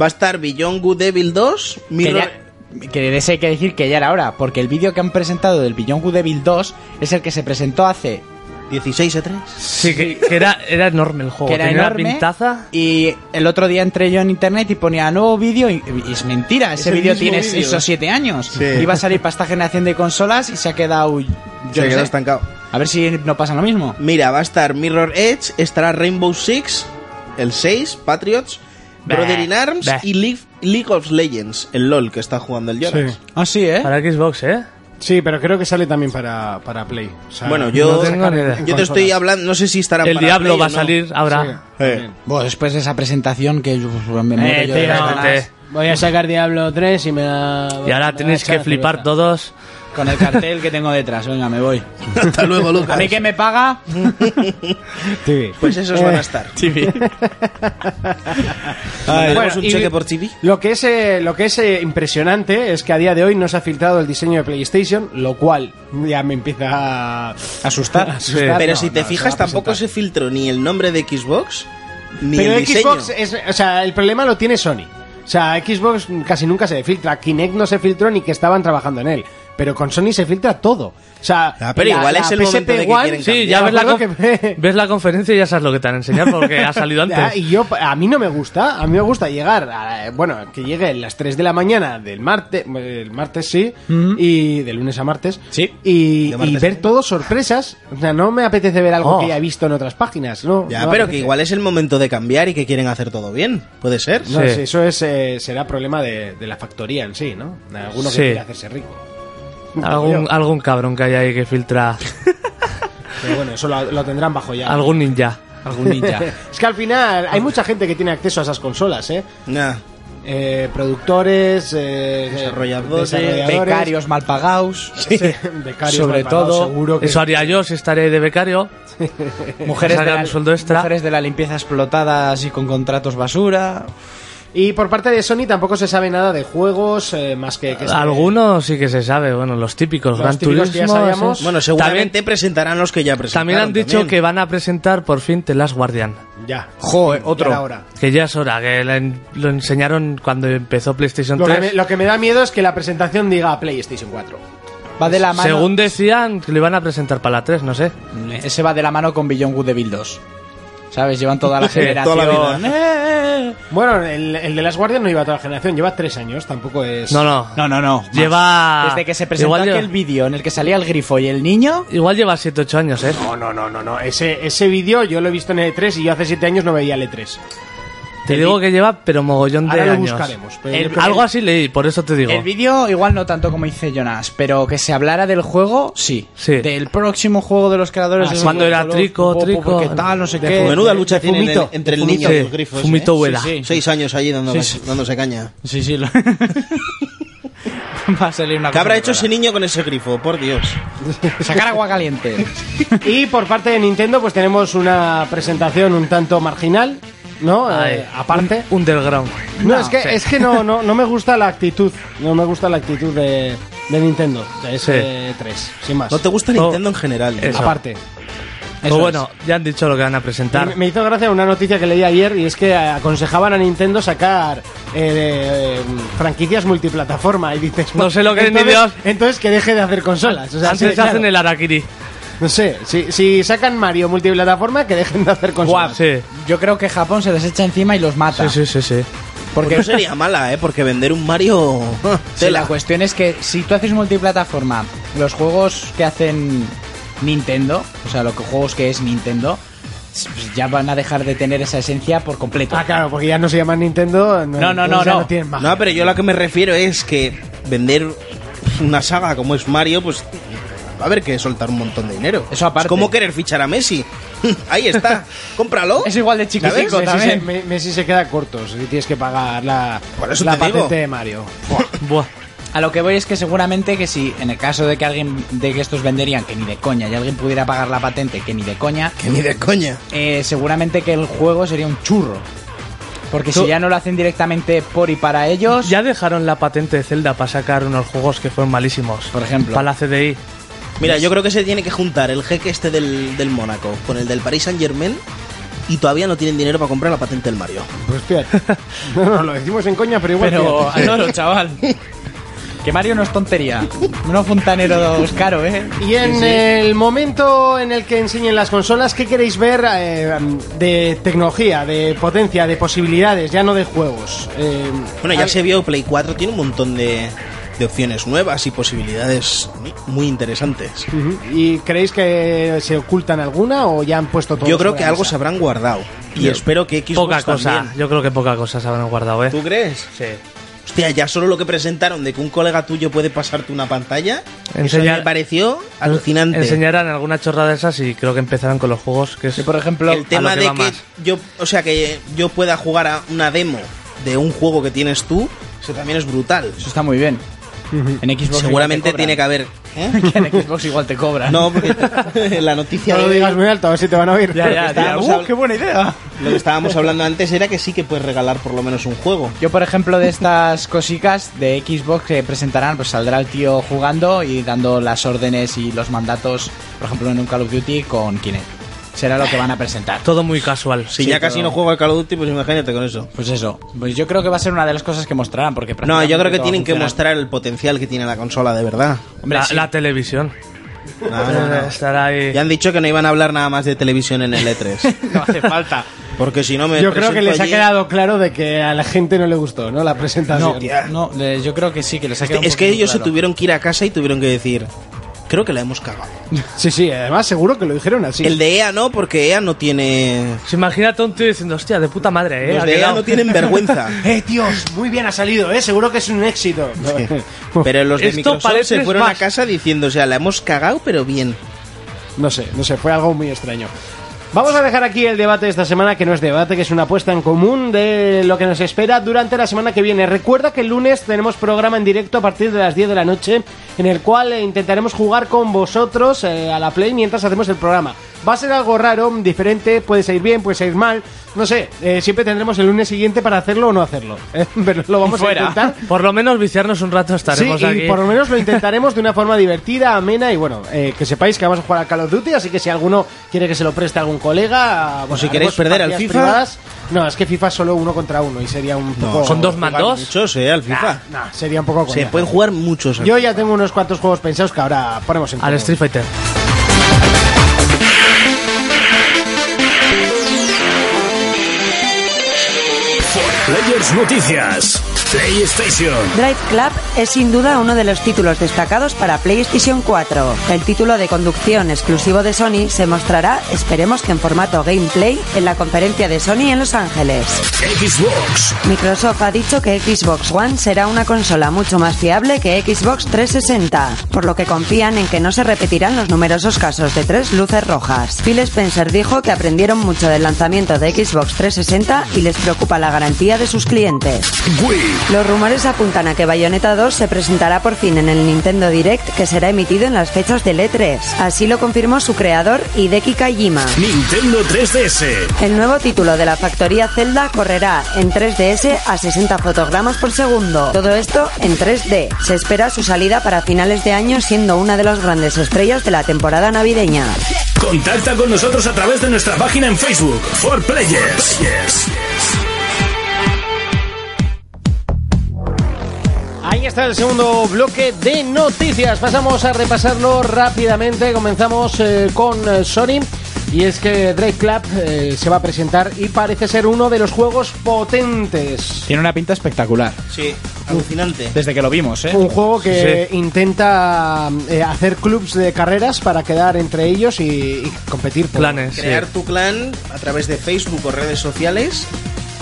S7: Va a estar Beyond Good Devil 2,
S5: que,
S7: Mirror...
S5: ya- que de ese hay que decir que ya era hora, porque el vídeo que han presentado del Beyond Good Evil 2 es el que se presentó hace
S7: 16 a 3.
S6: Sí, que, que era, era enorme el juego.
S5: que era
S6: Tenía
S5: enorme
S6: una pintaza.
S5: y el otro día entré yo en internet y ponía nuevo vídeo y, y es mentira, ese
S7: el
S5: vídeo
S7: mismo
S5: tiene
S7: vídeo.
S5: 6 o 7 años.
S7: Sí.
S5: Iba a salir para esta generación de consolas y se ha quedado... yo
S7: Se
S5: no
S7: quedó
S5: sé.
S7: estancado.
S5: A ver si no pasa lo mismo.
S7: Mira, va a estar Mirror Edge, estará Rainbow Six, el 6, Patriots,
S6: Bah,
S7: Brother in Arms
S6: bah.
S7: y League, League of Legends, el LOL que está jugando el Jonas.
S5: Ah, sí, ¿eh?
S6: Para Xbox, ¿eh?
S3: Sí, pero creo que sale también para, para Play. O sea,
S7: Bueno, yo,
S6: No tengo ni idea.
S7: yo te estoy hablando, no sé si estará
S6: El
S7: para
S6: diablo
S7: Play
S6: va a
S7: o no.
S6: salir ahora.
S7: Eh.
S5: Bueno, después de esa presentación que yo pues, me muero
S6: Eh,
S5: yo de las
S6: tío,
S5: ganas.
S6: te-
S3: Voy a sacar Diablo 3 y me la...
S6: Y ahora tenéis que flipar todos.
S5: Con el cartel que tengo detrás, venga, me voy.
S7: Hasta luego,
S5: A
S7: Lucas.
S5: mí que me paga.
S7: Pues esos van a estar. Mandaremos
S3: Bueno,
S7: un
S3: y-
S7: cheque por TV.
S3: Lo que es, eh, lo que es eh, impresionante es que a día de hoy no se ha filtrado el diseño de PlayStation, lo cual ya me empieza a
S5: Asustar.
S3: asustar.
S7: Ah, Pero
S3: No,
S7: si te
S3: no, se va
S7: fijas,
S3: a
S7: tampoco se
S3: presentar.
S7: filtró ni el nombre de Xbox, ni
S3: Pero
S7: el diseño.
S3: Xbox, es, o sea, el problema lo tiene Sony. O sea, Xbox casi nunca se filtra. Kinect no se filtró ni que estaban trabajando en él. Pero con Sony se filtra todo. O sea,
S7: Ah, pero igual es el momento de que
S3: One-
S7: quieren
S6: Sí,
S7: Cambiar.
S6: ya
S3: Me
S6: ves la,
S3: acuerdo
S6: conf-
S3: que-
S6: ves la conferencia y ya sabes lo que te han enseñado porque ha salido
S3: Ya,
S6: antes.
S3: y yo, a mí no me gusta, a mí me gusta llegar, a- bueno, que llegue a las 3 de la mañana del martes, el martes sí, y de lunes a martes,
S5: Sí.
S3: y,
S7: De martes
S3: y ver
S7: sí.
S3: todo sorpresas, o sea, no me apetece ver algo
S6: Oh.
S3: que ya he visto en otras páginas, ¿no?
S7: Ya,
S3: no me
S7: pero que
S3: apetece.
S7: igual es el momento de cambiar y que quieren hacer todo bien. Puede ser.
S3: No,
S6: Sí.
S3: sí, eso es, eh, será problema de, de la factoría en sí, ¿no? Alguno que
S6: Sí.
S3: quiera hacerse rico.
S6: Algún, algún cabrón que hay ahí que filtra.
S3: Pero bueno, eso lo, lo tendrán bajo ya.
S6: Algún ninja.
S5: Algún ninja.
S3: Es que al final hay mucha gente que tiene acceso a esas consolas, ¿eh?
S7: Nah.
S3: Eh, productores, eh,
S7: Desarrolladores,
S3: desarrolladores,
S5: Becarios mal pagados.
S3: Becarios
S5: Sobre
S3: mal pagados,
S5: todo,
S3: seguro que
S6: Eso haría yo si estaré de becario.
S5: Mujeres de,
S6: Sacan
S5: la,
S6: un sueldo extra.
S5: mujeres de la limpieza explotadas y con contratos basura.
S3: y por parte de Sony tampoco se sabe nada de juegos eh, más que, que se-
S6: Algunos sí que se sabe, bueno, los típicos,
S3: Los
S6: Gran
S3: típicos que ya
S6: Turismo.
S3: sabíamos.
S6: sí.
S7: Bueno, seguramente presentarán los que ya presentaron.
S6: También han dicho que van a presentar por fin The Last Guardian.
S3: ya
S5: Joder,
S3: Ya era
S5: otro.
S3: hora.
S6: Que ya es hora, que la en- lo enseñaron cuando empezó PlayStation
S3: Lo que, me,
S6: 3.
S3: lo que me da miedo es que la presentación diga PlayStation 4
S5: Va de la mano.
S6: Según decían, que lo iban a presentar para la 3, no sé.
S5: Ese va de la mano con Beyond Good Evil 2. ¿Sabes? Llevan toda la
S6: Sí,
S5: generación.
S7: toda la
S5: Eh, eh, eh.
S3: bueno el, el de las guardias no lleva toda la generación lleva tres años tampoco es
S6: No, no.
S5: No, no, no. más.
S6: Lleva-
S5: Desde que se presentó
S6: Igual lleva-
S5: aquel vídeo en el que salía el grifo y el niño.
S6: Igual lleva 7-8 años, ¿eh?
S3: no no no no, no. ese ese vídeo yo lo he visto en
S5: E
S3: E3 y yo hace siete años no veía E el E3
S6: Te digo que lleva, pero mogollón de
S3: Ahora lo
S6: años.
S3: buscaremos, pero
S6: El-
S3: yo creo que-
S6: algo así leí, por eso te digo.
S5: El vídeo, igual no tanto como dice Jonas, pero que se hablara del juego, sí.
S6: Sí.
S5: Del próximo juego de los creadores
S6: Ah,
S5: de
S6: sí. Cuando era
S5: Color,
S6: Trico,
S5: po, po,
S6: Trico.
S5: po, ¿Qué tal? No sé
S7: De
S5: qué.
S7: fu- Menuda lucha
S5: De
S7: tienen en-
S5: fumito.
S7: entre el
S5: Fumito.
S7: niño y los grifos.
S6: Fumito
S7: ¿eh?
S6: Ueda.
S5: Sí,
S7: Seis años allí dando-
S5: Sí, sí.
S7: dándose caña.
S5: Sí, sí. lo- Va a salir una
S7: ¿Qué
S5: cosa
S7: habrá
S5: muy
S7: hecho
S5: rara.
S7: ese niño con ese grifo? Por Dios.
S5: Sacar agua caliente.
S3: y por parte de Nintendo pues tenemos una presentación un tanto marginal no
S6: Ay,
S3: Eh, aparte
S6: un- Underground.
S3: No, es que,
S6: sí.
S3: es que no, no, no me gusta la actitud. No me gusta la actitud de, de Nintendo. De ese 3, sin más.
S7: No te gusta
S6: No.
S7: Nintendo en general.
S6: Eso.
S3: Aparte.
S6: Pero Pues bueno, ya han dicho lo que van a presentar.
S3: Me, me hizo gracia una noticia que leí ayer y es que aconsejaban a Nintendo sacar eh, eh, franquicias multiplataforma y dices...
S6: No sé lo que es ni
S3: entonces-
S6: Dios.
S3: Entonces que deje de hacer consolas. O sea,
S6: Antes
S3: sí, claro.
S6: hacen el Arakiri.
S3: No sé, si, si sacan Mario multiplataforma que dejen de hacer
S6: Guau,
S3: consolas.
S6: sí.
S5: Yo creo que Japón se les echa encima y los mata.
S6: Sí, sí, sí, sí.
S5: Porque
S7: No sería mala, ¿eh? Porque vender un Mario... ah,
S5: Sí,
S7: Tela.
S5: la cuestión es que si tú haces multiplataforma, los juegos que hacen Nintendo, o sea, los que- juegos que es Nintendo, pues ya van a dejar de tener esa esencia por completo.
S3: Ah, claro, porque ya no se llaman Nintendo.
S5: No, no, no,
S3: ya
S5: no.
S3: no tienen más.
S7: No, pero yo a lo que me refiero es que vender una saga como es Mario, pues va a haber que soltar un montón de dinero.
S5: Eso aparte.
S7: Es como querer fichar a Messi. Ahí está. Cómpralo.
S5: Es igual de chiquitico
S3: Messi,
S7: ¿Sabes?
S3: se,
S5: también.
S3: Me- Messi se queda corto si tienes que pagar la,
S7: Por eso
S3: la
S7: te digo.
S3: patente de Mario.
S6: Buah.
S5: A lo que voy es que seguramente que si en el caso de que alguien de que estos venderían que ni de coña y alguien pudiera pagar la patente que ni de coña,
S7: Que ni de coña.
S5: eh, seguramente que el juego sería un churro. Porque
S6: Tú-
S5: si ya no lo hacen directamente por y para ellos,
S6: Ya dejaron la patente de Zelda para sacar unos juegos que fueron malísimos.
S5: Por ejemplo.
S6: Para la CDI.
S7: Mira, yo creo que se tiene que juntar el jeque este del, del Mónaco con el del Paris Saint Germain y todavía no tienen dinero para comprar la patente del Mario.
S3: Pues fíjate. No, no, lo decimos en coña, pero igual.
S5: Pero
S3: fíjate.
S5: al oro, ah, chaval. Que Mario no es tontería. No fontanero caro, ¿eh?
S3: Y en el momento en el que enseñen las consolas, ¿qué queréis ver eh, de tecnología, de potencia, de posibilidades, ya no de juegos? Eh,
S7: Bueno, ya
S3: al-
S7: se vio Play 4, tiene un montón de, de opciones nuevas y posibilidades muy interesantes.
S3: Ujú. ¿Y creéis que se ocultan alguna o ya han puesto todo?
S7: Yo creo
S3: sobre
S7: que
S3: la
S7: algo
S3: mesa?
S7: se habrán guardado. Y espero que Xbox
S6: Poca cosa.
S7: también.
S6: Yo creo que poca cosa se habrán guardado, ¿eh?
S7: ¿Tú crees?
S6: Sí.
S7: Hostia, ya solo lo que presentaron de que un colega tuyo puede pasarte una pantalla,
S6: Enseñar-
S7: eso me pareció alucinante.
S6: Enseñarán alguna chorrada de esas y creo que empezarán con los juegos que es...
S5: Y por ejemplo,
S7: el tema
S6: a lo que
S7: de
S6: va
S7: que
S6: más.
S7: yo, o sea, que yo pueda jugar a una demo de un juego que tienes tú, eso también es brutal.
S5: eso está muy bien. En Xbox
S7: Seguramente tiene que haber. ¿eh?
S5: que en Xbox igual te cobran.
S7: No, porque la noticia
S3: No lo
S7: de-
S3: digas muy alto, a ver si te van a oír.
S5: ya, ya, ya.
S7: estábamos
S5: Uh,
S7: hab-
S5: qué buena idea.
S7: lo que estábamos hablando antes era que sí que puedes regalar por lo menos un juego.
S5: Yo, por ejemplo, de estas cositas de Xbox que presentarán, pues saldrá el tío jugando y dando las órdenes y los mandatos, por ejemplo, en un Call of Duty con Kinect. Será lo que van a presentar.
S6: Todo muy casual.
S7: Si ya casi no juego al Call of Duty, pues imagínate con eso.
S5: Pues eso. Pues yo creo que va a ser una de las cosas que mostrarán, porque
S7: No, yo creo
S5: prácticamente
S7: que
S5: todo
S7: tienen que
S5: funciona.
S7: mostrar el potencial que tiene la consola de verdad.
S5: Hombre,
S6: la,
S5: sí.
S6: la televisión.
S7: No, Ah, no, no.
S6: Estará ahí...
S7: Ya han dicho que no iban a hablar nada más de televisión en el E3.
S5: No hace falta.
S7: Porque si no me.
S3: Yo creo que
S7: presento
S3: les ha
S7: allí-
S3: quedado claro de que a la gente no le gustó, ¿no? La
S5: No,
S3: presentación.
S5: no, le- yo creo que sí, que les ha quedado un
S7: Es que
S5: poquito
S7: ellos se
S5: claro.
S7: tuvieron que ir a casa y tuvieron que decir. Creo que la hemos cagado.
S3: Sí, sí, además seguro que lo dijeron así.
S7: El de EA no, porque EA no tiene.
S6: Se imagínate a un tío diciendo, hostia, de puta madre, ¿eh?
S7: Los
S6: Ha
S7: de EA
S6: quedado".
S7: no tienen vergüenza.
S3: Eh, tíos, muy bien ha salido, ¿eh? Seguro que es un éxito.
S7: Pero los de
S6: Esto
S7: Microsoft
S6: parece
S7: se fueron a
S6: Smash.
S7: casa diciendo, o sea, la hemos cagado, pero bien.
S3: No sé, no sé, fue algo muy extraño. Vamos a dejar aquí el debate de esta semana, que no es debate, que es una apuesta en común de lo que nos espera durante la semana que viene. Recuerda que el lunes tenemos programa en directo a partir de las 10 de la noche, en el cual eh, intentaremos jugar con vosotros eh, a la Play mientras hacemos el programa. Va a ser algo raro, diferente, puede salir bien, puede salir mal, no sé, eh, siempre tendremos el lunes siguiente para hacerlo o no hacerlo, ¿eh? pero lo vamos
S5: Fuera.
S3: a intentar.
S6: Por lo menos viciarnos un rato estaremos
S3: sí,
S6: aquí.
S3: y por lo menos lo intentaremos de una forma divertida, amena y bueno, eh, que sepáis que vamos a jugar al Call of Duty, así que si alguno quiere que se lo preste a algún colega, bueno,
S7: si queréis
S3: haremos
S7: perder al
S3: partidas
S7: FIFA.
S3: privadas. no, es que FIFA es solo uno contra uno y sería un poco
S6: ¿Son dos
S7: Jugar
S6: mandos?
S7: Muchos, eh, al FIFA.
S3: Nah, sería un poco
S7: Se
S3: coña.
S7: pueden jugar muchos. al
S3: Yo ya tengo unos cuantos juegos pensados que ahora ponemos en
S6: Al
S3: común.
S6: Street Fighter.
S2: Players Noticias. PlayStation.
S4: Drive Club es sin duda uno de los títulos destacados para PlayStation 4. El título de conducción exclusivo de Sony se mostrará, esperemos que en formato gameplay, en la conferencia de Sony en Los Ángeles.
S2: Xbox.
S4: Microsoft ha dicho que Xbox One será una consola mucho más fiable que Xbox 360, por lo que confían en que no se repetirán los numerosos casos de tres luces rojas. Phil Spencer dijo que aprendieron mucho del lanzamiento de Xbox 360 y les preocupa la garantía de sus clientes.
S2: Wii,
S4: Los rumores apuntan a que Bayonetta 2 se presentará por fin en el Nintendo Direct que será emitido en las fechas del E3. Así lo confirmó su creador Hideki Kajima.
S2: Nintendo 3DS,
S4: El nuevo título de la factoría Zelda correrá en 3DS a 60 fotogramas por segundo. Todo esto en 3D. Se espera su salida para finales de año siendo una de las grandes estrellas de la temporada navideña.
S2: Contacta con nosotros a través de nuestra página en Facebook, For Players.
S3: Ahí está el segundo bloque de noticias. Pasamos a repasarlo rápidamente. Comenzamos eh, con eh, Sony. Y es que Drake Club eh, se va a presentar y parece ser uno de los juegos potentes.
S5: Tiene una pinta espectacular.
S7: Sí, alucinante.
S5: Desde que lo vimos, ¿eh?
S3: Un juego que intenta eh, hacer clubs de carreras para quedar entre ellos y, y competir. por-
S6: Planes. sí.
S7: Crear tu clan a través de Facebook o redes sociales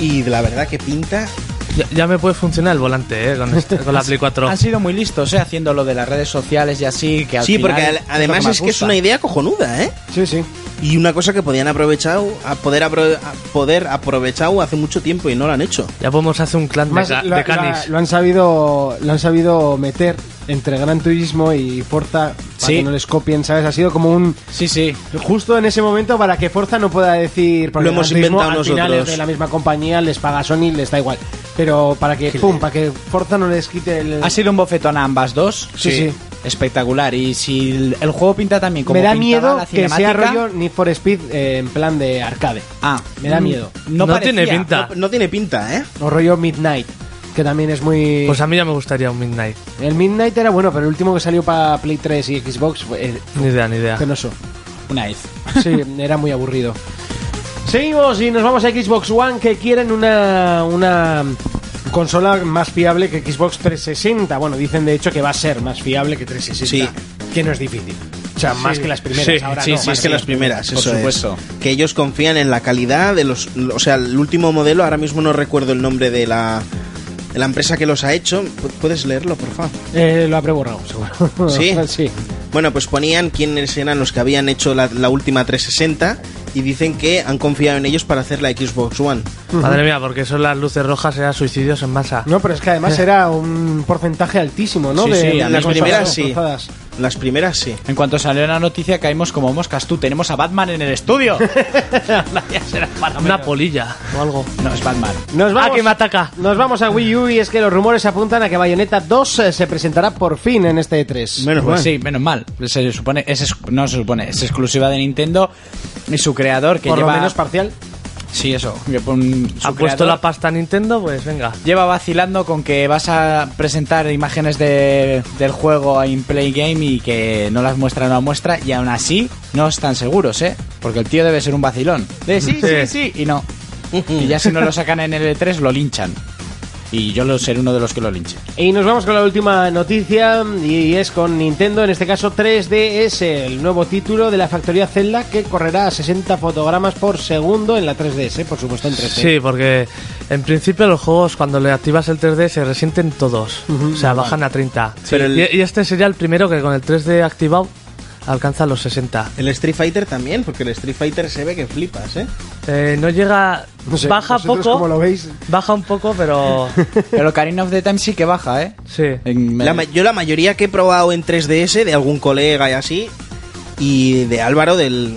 S7: y la verdad que pinta.
S6: Ya, ya me puede funcionar el volante, eh, con, este- con
S3: Ah,
S6: la Play 4.
S5: Han sido muy listos, ¿eh? Haciendo lo de las redes sociales y así. Que al
S7: sí,
S5: final
S7: porque al-
S5: es lo
S7: además
S5: más
S7: es que es
S5: gusta.
S7: una idea cojonuda, ¿eh?
S3: Sí, sí.
S7: Y una cosa que podían aprovechar, a poder, apro- a poder aprovechar hace mucho tiempo y no lo han hecho.
S6: Ya podemos hacer un clan de,
S3: Más,
S6: ca-
S3: lo,
S6: de canis.
S3: lo- lo han sabido, lo han sabido meter entre Gran Turismo y Forza para
S5: Sí.
S3: que no les copien, ¿sabes? Ha sido como un
S5: Sí, sí.
S3: justo en ese momento para que Forza no pueda decir porque
S7: Lo hemos
S3: Gran Turismo
S7: inventado
S3: al final
S7: nosotros.
S3: es de la misma compañía, les paga Sony, les da igual. Pero para que pum, para que Forza no les quite el
S5: Ha sido un bofetón a ambas dos.
S3: Sí, sí.
S5: Espectacular. Y si el, el juego pinta también como
S3: me da
S5: pintaba
S3: miedo
S5: la
S3: que sea
S5: cinemática-
S3: rollo Need for Speed eh, en plan de arcade.
S5: Ah,
S3: Me da miedo.
S5: No,
S6: No
S5: parecía.
S6: tiene pinta.
S7: No tiene pinta, ¿eh?
S3: O rollo Midnight, que también es muy
S6: Pues a mí ya me gustaría un Midnight.
S3: el Midnight era bueno, pero el último que salió para Play 3 y Xbox fue eh,
S6: Ni idea, ni idea.
S3: penoso.
S5: Una vez.
S3: Sí, era muy aburrido. Seguimos y nos vamos a Xbox One que quieren una, una consola más fiable que Xbox 360. Bueno, dicen de hecho que va a ser más fiable que 360. Que no es difícil. O sea, más que las primeras.
S6: Sí,
S3: ahora
S6: sí,
S3: no,
S6: sí,
S7: Más
S3: más
S7: que las primeras,
S5: por
S7: eso es.
S5: supuesto.
S7: Que ellos confían en la calidad de los... O sea, el último modelo, ahora mismo no recuerdo el nombre de la, de la empresa que los ha hecho. Pu- ¿Puedes leerlo, por favor?
S3: Eh, lo habré borrado, seguro.
S7: ¿Sí?
S3: sí.
S7: Bueno, pues ponían quiénes eran los que habían hecho la, la última 360 y dicen que han confiado en ellos para hacer la Xbox One.
S6: Madre mía, porque son las luces rojas, era suicidios en masa.
S3: No, pero es que además era un porcentaje altísimo, ¿no?
S5: Sí, sí,
S3: de
S5: las
S3: consolas
S7: primeras sí.
S3: cruzadas.
S7: Las primeras sí.
S5: En cuanto salió la noticia, caímos como moscas. Tú, tenemos a Batman en el estudio.
S6: Una polilla o algo.
S5: no, es Batman.
S3: Nos vamos,
S6: Ah, que me ataca.
S3: Nos vamos a Wii U y es que los rumores apuntan a que Bayonetta 2 se presentará por fin en este E3.
S7: Menos
S5: Pues
S7: mal.
S5: sí, menos mal. Se supone, es, ex- no se supone, es exclusiva de Nintendo y su creador que
S3: por
S5: lleva.
S3: lo menos parcial.
S5: sí, eso. que pon- su
S6: Ha puesto
S5: creador
S6: la pasta Nintendo, pues venga.
S5: Lleva vacilando con que vas a presentar imágenes de- del juego en Play Game y que no las muestra, no las muestra, y aún así no están seguros, ¿eh? Porque el tío debe ser un vacilón. De sí, sí, sí, y no. Y ya si no lo sacan en el E3, lo linchan. Y yo lo seré uno de los que lo linche.
S3: Y nos vamos con la última noticia y es con Nintendo, en este caso 3DS, el nuevo título de la factoría Zelda que correrá a 60 fotogramas por segundo en la 3DS, por supuesto en 3D.
S6: Sí, porque en principio los juegos cuando le activas el 3D se resienten todos. o sea, bajan a 30.
S7: Pero el-
S6: y, y este sería el primero que con el 3D activado alcanza los 60.
S7: El Street Fighter también, porque el Street Fighter se ve que flipas, ¿eh?
S6: Eh, no llega...
S3: No sé,
S6: baja
S3: vosotros
S6: poco.
S3: cómo lo veis.
S6: Baja un poco, pero...
S5: Pero Karina of the Time sí que baja, ¿eh?
S6: sí.
S5: En-
S7: La ma- yo la mayoría que he probado en 3DS de algún colega y así, y de Álvaro, del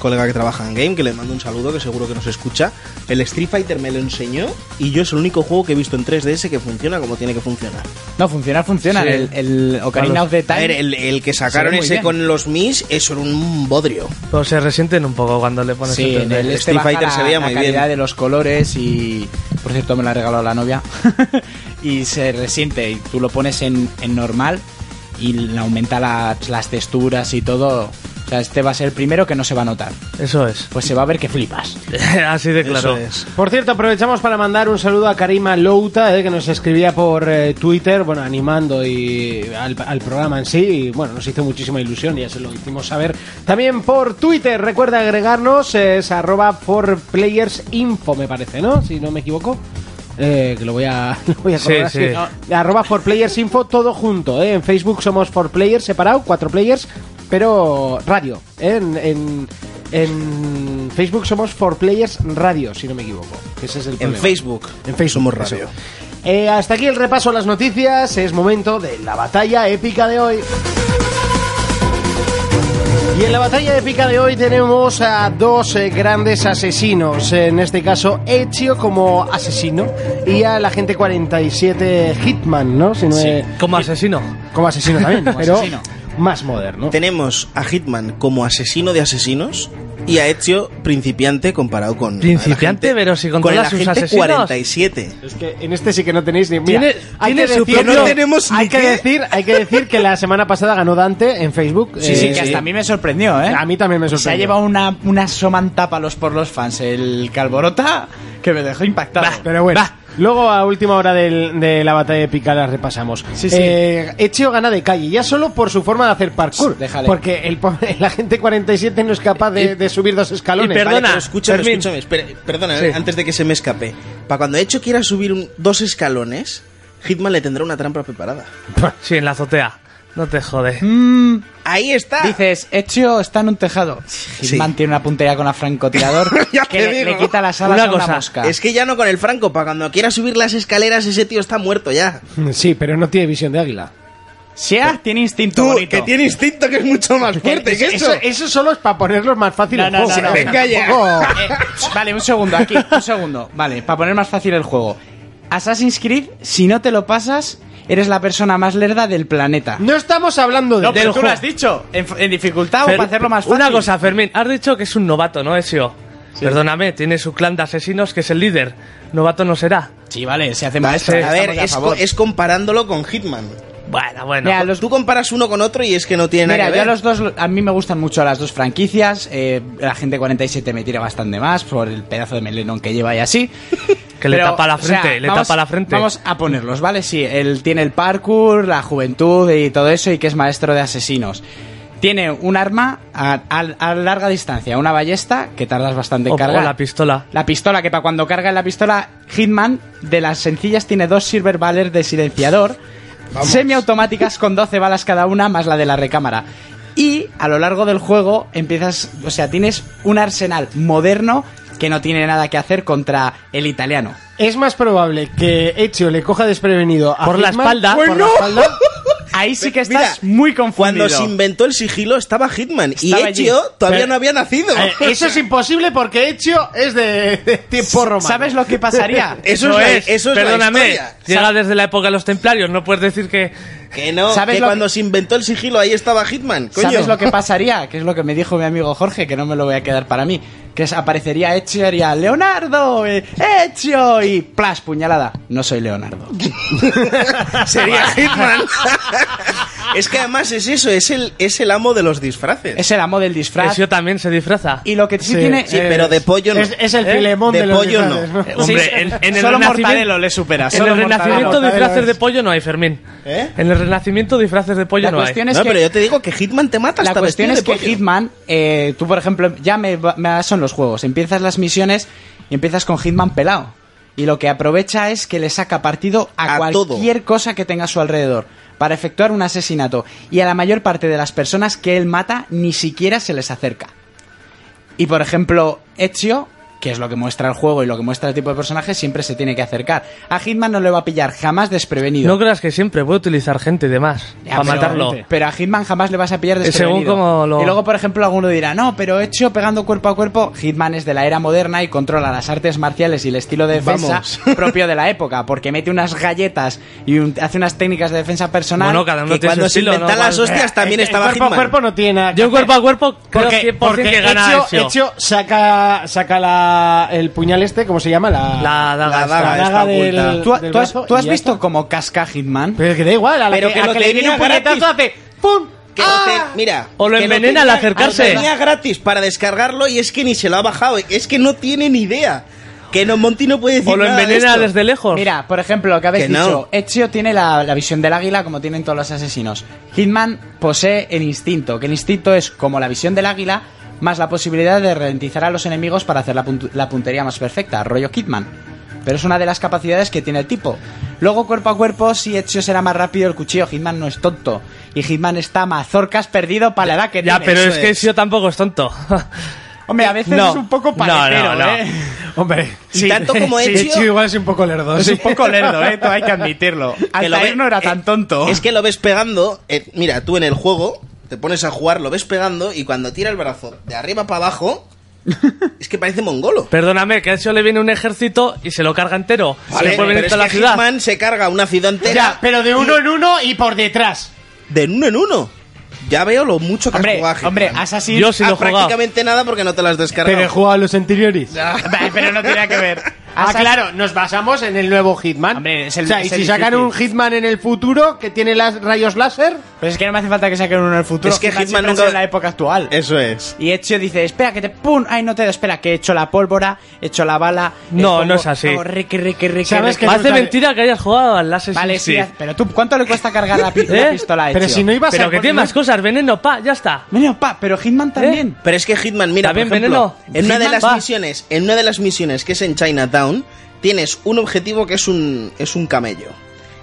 S7: colega que trabaja en Game, que le mando un saludo, que seguro que nos escucha, el Street Fighter me lo enseñó y yo es el único juego que he visto en 3DS que funciona como tiene que funcionar.
S5: No, funciona, funciona.
S6: Sí.
S5: El, el Ocarina
S6: Claro.
S5: of the
S7: A
S5: Time.
S7: ver, el, el que sacaron
S5: muy
S7: ese
S5: bien.
S7: con los Mis, eso era un bodrio.
S6: Pero se resienten un poco cuando le pones
S5: Sí,
S6: el 3D.
S5: en el este
S7: Street
S5: baja
S7: Fighter
S5: la,
S7: se veía
S5: la
S7: muy
S5: calidad
S7: bien.
S5: de los colores y por cierto me la regaló la novia y se resiente y tú lo pones en, en normal y le aumenta la- pues, las texturas y todo. O sea, este va a ser el primero que no se va a notar.
S6: Eso es.
S5: Pues se va a ver que flipas.
S6: Así de
S7: Eso
S6: claro.
S7: es.
S3: Por cierto, aprovechamos para mandar un saludo a Karima Louta, eh, que nos escribía por eh, Twitter, bueno, animando y al, al programa en sí. Y, bueno, nos hizo muchísima ilusión, ya se lo hicimos saber. También por Twitter, recuerda agregarnos, eh, es arroba por players info, me parece, ¿no? Si no me equivoco. Eh, que lo voy a, lo voy a
S6: Sí,
S3: corroborar,
S6: sí.
S3: No, Arroba for players info, todo junto. eh. En Facebook somos for players separado, cuatro players, pero radio. eh, En, en, En Facebook somos For Players Radio, si no me equivoco. Ese es el
S7: En
S3: problema.
S7: Facebook.
S3: En Facebook.
S7: Somos
S3: eso.
S7: radio.
S3: Eh, hasta aquí el repaso a las noticias. Es momento de la batalla épica de hoy. Y en la batalla épica de hoy tenemos a dos eh, grandes asesinos. En este caso, Ezio como asesino y a la gente 47 Hitman, ¿no? Si no he-
S6: Como asesino.
S3: Como asesino también,
S5: Como
S3: pero
S5: asesino.
S3: más moderno.
S7: Tenemos a Hitman como asesino de asesinos y a Ezio principiante comparado con.
S6: Principiante,
S7: el agente-
S6: pero si
S7: con
S6: controla
S7: el
S6: sus
S7: agente
S6: asesinos.
S7: 47.
S3: Es que en este sí que no tenéis ni. Mira,
S6: Tiene-
S3: hay
S6: tiene
S3: que
S6: su
S3: decir,
S7: propio- No tenemos ni
S3: hay que
S7: qué.
S3: decir, hay que decir que la semana pasada ganó Dante en Facebook.
S5: Sí,
S3: Eh,
S5: sí, que hasta a mí me sorprendió, ¿eh?
S3: A mí también me sorprendió.
S5: Se ha llevado una, una somantapa los por los fans el Calborota que me dejó impactado.
S3: Pero bueno,
S5: Va.
S3: luego a última hora del- de la batalla épica la repasamos.
S5: Sí, sí.
S3: Eh, Ezio gana de calle, ya solo por su forma de hacer parkour.
S5: Déjale.
S3: Porque el, po- la gente 47 no es capaz de, de subir dos escalones.
S6: y perdona,
S3: ¿vale?
S7: Pero escúchame,
S6: Fermín.
S7: escúchame, espera, perdona,
S6: Sí.
S7: eh, antes de que se me escape. Para cuando hecho quiera subir un- dos escalones, Hitman le tendrá una trampa preparada.
S6: Sí, en la azotea. No te jode.
S7: Ahí está.
S5: Dices, Ezio está en un tejado.
S7: Sí.
S5: Mantiene una puntería con la francotirador
S7: Ya
S5: que
S7: te
S5: le,
S7: digo.
S5: le quita las alas
S6: Una
S5: a una
S6: cosa,
S5: mosca.
S7: Es que ya no con el Franco, para cuando quiera subir las escaleras, ese tío está muerto ya.
S3: Sí, pero no tiene visión de águila.
S5: Sea tiene instinto bonito.
S7: instinto que es mucho más
S3: eso, eso solo es para ponerlos más fácil
S5: No,
S3: el
S5: no,
S3: juego.
S5: no, no.
S7: Venga ya.
S3: Tampoco-
S5: Eh, vale, un segundo, aquí, un segundo. Vale, para poner más fácil el juego. Assassin's Creed, si no te lo pasas, eres la persona más lerda del planeta.
S3: No estamos hablando de
S5: No, pero
S3: del
S5: tú lo
S3: juego.
S5: has dicho. En, en dificultad o
S6: Fer-
S5: para hacerlo más fácil.
S6: Una cosa, Fermín, has dicho que es un novato, ¿no, Ezio? Perdóname, tiene su clan de asesinos que es el líder. Novato no será.
S5: Sí, vale, se hace maestro.
S6: sí.
S7: A ver, es, co- es comparándolo con Hitman.
S6: Bueno, bueno.
S5: Mira, los-
S7: Tú comparas uno con otro y es que no tiene
S5: Mira,
S7: nada que
S5: yo
S7: ver.
S5: a los dos, a mí me gustan mucho las dos franquicias. eh, la gente 47 me tira bastante más por el pedazo de melenón que lleva y así.
S6: Que le
S5: Pero,
S6: tapa la
S5: o sea,
S6: frente, le
S5: vamos-
S6: tapa la frente.
S5: Vamos a ponerlos, ¿vale? Sí, él tiene el parkour, la juventud y todo eso, y que es maestro de asesinos. Tiene un arma a, a- a larga distancia, una ballesta que tardas bastante en
S6: O- o
S5: cargar.
S6: la pistola.
S5: La pistola, que para cuando carga en la pistola, Hitman de las sencillas tiene dos Silver Baller de silenciador, semiautomáticas con 12 balas cada una, más la de la recámara. Y a lo largo del juego empiezas, o sea, tienes un arsenal moderno que no tiene nada que hacer contra el italiano.
S3: Es más probable que Ezio le coja desprevenido a
S6: Por la
S3: Hitman-
S6: espalda.
S3: por la
S6: Bueno.
S3: espalda,
S5: Ahí sí que
S7: Mira,
S5: estás muy confundido.
S7: Cuando se inventó el sigilo estaba Hitman
S5: Estaba
S7: y
S5: allí.
S7: Ezio todavía
S3: Pero-
S7: no había nacido.
S3: Eh, eso es imposible porque Ezio es de, de tiempo romano.
S5: ¿Sabes lo que pasaría?
S7: Eso
S6: No
S7: es, la-
S6: es,
S7: eso es la
S6: perdóname,
S7: historia.
S6: llega desde la época de los templarios, no puedes decir que...
S7: Que no,
S5: ¿Sabes
S7: que
S5: lo
S7: cuando
S5: que-
S7: se inventó el sigilo ahí estaba Hitman. Coño.
S5: ¿Sabes lo que pasaría? Que es lo que me dijo mi amigo Jorge, que no me lo voy a quedar para mí. Que es- aparecería Ezio y haría Leonardo, eh, Ezio y plas, puñalada. No soy Leonardo.
S7: Sería Hitman. es que además es eso, es el, es el amo de los disfraces.
S5: Es el amo del disfraz.
S6: Ezio también se disfraza.
S5: Y lo que sí, tiene...
S7: sí, pero de pollo no.
S3: Es, es el
S6: ¿Eh?
S3: filemón de,
S7: De
S3: los
S7: pollo no.
S3: disfraces, ¿no?
S6: Eh, Hombre,
S5: Sí, sí.
S6: en, en el
S5: solo
S6: renacimiento,
S5: Mortadelo le supera.
S6: en
S5: solo
S6: el renacimiento
S5: Mortadelo.
S6: disfraces de pollo no hay, Fermín.
S7: ¿Eh?
S6: En el renacimiento disfraces de pollo
S5: La
S6: no
S5: cuestión
S6: hay.
S5: es
S7: no,
S5: que...
S7: pero yo te digo que Hitman te mata
S5: La
S7: hasta
S5: cuestión es
S7: vestido
S5: que
S7: de pollo.
S5: Hitman, eh, tú por ejemplo, ya me, va- me son los juegos, empiezas las misiones y empiezas con Hitman pelado. Y lo que aprovecha es que le saca partido a,
S7: A todo.
S5: cualquier cosa que tenga a su alrededor para efectuar un asesinato. Y a la mayor parte de las personas que él mata ni siquiera se les acerca. Y por ejemplo, Ezio, que es lo que muestra el juego y lo que muestra el tipo de personaje, siempre se tiene que acercar. A Hitman no le va a pillar jamás desprevenido.
S6: No creas que siempre puede utilizar gente y demás
S5: Ya,
S6: para
S5: pero-
S6: matarlo.
S5: Pero a Hitman jamás le vas a pillar
S6: Eh, según
S5: desprevenido.
S6: cómo lo-
S5: Y luego, por ejemplo, alguno dirá, no, pero hecho pegando cuerpo a cuerpo, Hitman es de la era moderna y controla las artes marciales y el estilo de defensa
S7: Vamos.
S5: propio de la época, porque mete unas galletas y un- hace unas técnicas de defensa personal.
S6: Bueno, cada uno
S7: Que
S6: tiene su
S7: cuando se
S6: estilo, ¿no?
S7: inventan las
S6: Igual-
S7: hostias también
S5: Eh,
S3: El- el
S7: estaba
S3: cuerpo a
S7: Hitman.
S3: cuerpo no tiene nada que
S6: Yo cuerpo a cuerpo creo
S3: Porque,
S6: 100%
S3: porque
S6: que gana
S3: Ezio,
S6: Ezio.
S3: Ezio saca, saca la, el puñal este, ¿cómo se llama? La,
S6: La daga
S7: La daga.
S6: esta.
S3: la
S7: está
S3: daga del,
S7: oculta.
S5: ¿Tú, ha-
S3: del
S5: tú has,
S3: brazo
S5: tú
S3: y
S5: has
S3: ya
S5: visto
S3: está.
S5: como casca Hitman?
S3: Pero que da igual, a la
S7: Pero
S3: que,
S7: que
S3: a
S7: lo
S3: que le viene
S7: tenía
S3: un puñetazo
S7: gratis.
S3: hace ¡pum!
S7: Que lo
S3: ¡Ah!
S7: te- mira,
S6: O lo
S7: que
S6: envenena al
S7: tenía-
S6: acercarse.
S7: Lo tenía gratis para descargarlo y es que ni se lo ha bajado. Es que no tiene ni idea. Que no, Monty no puede decir
S6: O lo
S7: nada de
S6: envenena
S7: esto.
S6: desde lejos.
S5: Mira, por ejemplo, lo que habéis
S7: Que no.
S5: dicho, Ezio tiene la, la visión del águila como tienen todos los asesinos. Hitman posee el instinto, que el instinto es como la visión del águila más la posibilidad de ralentizar a los enemigos para hacer la, puntu- la puntería más perfecta, rollo Hitman. Pero es una de las capacidades que tiene el tipo. Luego, cuerpo a cuerpo, si Ezio será más rápido el cuchillo, Hitman no es tonto. Y Hitman está mazorcas perdido para la edad que
S6: ya,
S5: tiene.
S6: pero
S7: eso
S6: es que
S7: es.
S6: Ezio tampoco es tonto.
S5: Hombre, a veces
S6: No.
S5: es un poco
S6: No,
S5: paletero,
S6: no, no.
S5: ¿eh? Hombre,
S7: sí. tanto como
S5: sí,
S7: Ezio-
S5: Ezio igual es un poco lerdo. Es un poco lerdo, ¿eh? Todo hay que admitirlo.
S7: Que lo
S5: Altair
S7: ve-
S5: no era
S7: eh,
S5: tan tonto.
S7: Es que lo ves pegando. eh, mira, tú en el juego te pones a jugar, lo ves pegando y cuando tira el brazo de arriba para abajo, es que parece mongolo.
S6: Perdóname, que a eso le viene un ejército y se lo carga entero.
S7: Vale,
S6: se vuelve
S7: pero
S6: venir
S7: es
S6: toda la
S7: que
S6: ciudad.
S7: Hitman se carga una ciudad entera.
S3: Ya, pero de uno en uno y por detrás.
S7: De uno en uno. Ya veo lo mucho que has
S5: Hombre,
S7: jugado a Hitman.
S5: hombre, Assassin.
S6: Yo sí
S7: Ah,
S6: lo he jugado.
S7: prácticamente nada porque no te las descargas.
S3: jugado a los anteriores.
S5: Vale, pero no tiene nada que ver.
S3: Ah,
S5: Assassin-
S3: claro, nos basamos en el nuevo Hitman.
S5: Hombre, es el-
S3: o sea, y
S5: es el
S3: si sacan
S5: difícil.
S3: un Hitman en el futuro que tiene las rayos láser,
S5: Pero es que no me hace falta que saquen uno en el futuro.
S7: Es que Hitman
S5: siempre ha
S7: nunca-
S5: sido en la época actual.
S7: Eso es.
S5: Y Ezio dice, espera, que te... ¡Pum! ¡Ay, no te... Espera, que he hecho la pólvora, he hecho la bala...
S6: No,
S5: pongo-
S6: no es así.
S5: hago riqui, riqui, riqui,
S3: Sabes
S5: riqui.
S3: que
S6: Hace
S3: no-
S6: mentira que hayas jugado al Assassin's
S5: Vale, sí,
S6: Creed.
S5: haz- pero tú, ¿cuánto le cuesta cargar la, pi- la
S6: ¿Eh?
S5: pistola a Ezio?
S3: Pero si no ibas a
S6: Pero que tiene más cosas, veneno, pa, ya está.
S5: Bueno, pa, pero
S6: ¿Eh?
S5: Hitman también.
S6: Pues
S7: Pero es que Hitman, mira, por
S6: También
S7: ejemplo,
S6: veneno.
S7: en una de
S6: Hitman,
S7: las
S6: va.
S7: misiones, en una de las misiones que es en Chinatown, tienes un objetivo que es un es un camello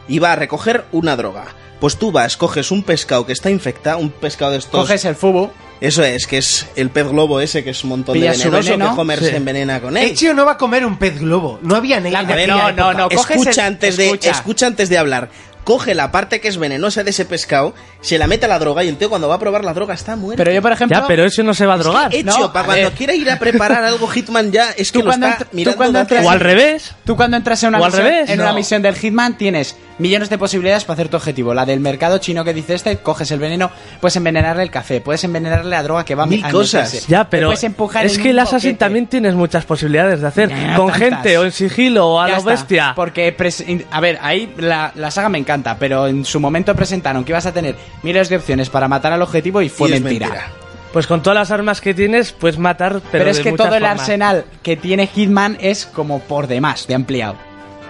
S7: y va a recoger una droga. Pues tú vas, coges un pescado que está infectado, un pescado de estos.
S5: Coges el fubu.
S7: Eso es, que es el pez globo ese que es un montón
S5: Pillas
S7: de
S5: su
S7: venenoso
S5: veneno,
S7: que Homer se envenena con él.
S3: Ezio no va a comer un pez globo. No había ni
S5: La-
S3: en aquella
S5: no, no,
S3: época.
S5: no. coges
S7: escucha
S5: el-
S7: antes de
S5: escucha.
S7: escucha antes de hablar. Coge la parte que es venenosa de ese pescado, se la mete a la droga y el tío cuando va a probar la droga está muerto.
S5: Pero yo, por ejemplo...
S6: Ya, pero eso no se va a drogar.
S7: hecho,
S5: no,
S7: para
S5: a
S7: cuando
S5: ver.
S7: quiera ir a preparar algo Hitman ya, es que
S5: Tú
S7: lo
S5: cuando
S7: está
S5: entr- tú
S7: mirando
S5: cuando
S7: de
S5: entras-
S7: atrás.
S6: O al revés.
S5: Tú cuando entras en una,
S6: O al
S5: misión,
S6: revés.
S5: en una
S6: No.
S5: misión del Hitman tienes millones de posibilidades para hacer tu objetivo. La del mercado chino que dice este, coges el veneno, puedes envenenarle el café, puedes envenenarle la droga que va a
S7: Mil
S5: a
S7: cosas.
S5: meterse.
S6: Ya,
S5: Te
S6: pero
S5: puedes empujar
S6: es
S5: en
S6: que
S5: un
S6: el Assassin
S5: boquete.
S6: también tienes muchas posibilidades de hacer.
S5: Ya,
S6: con
S5: tantas.
S6: gente o en sigilo o a
S5: Ya
S6: la
S5: está,
S6: bestia.
S5: Porque, pres- in- a ver, ahí la, la saga me encanta, pero en su momento presentaron que ibas a tener miles de opciones para matar al objetivo y fue
S7: Y es
S5: mentira.
S7: mentira.
S6: Pues con todas las armas que tienes puedes matar, pero,
S5: Pero, es
S6: de
S5: que
S6: muchas
S5: todo el
S6: formas.
S5: arsenal que tiene Hitman es como por demás, de ampliado.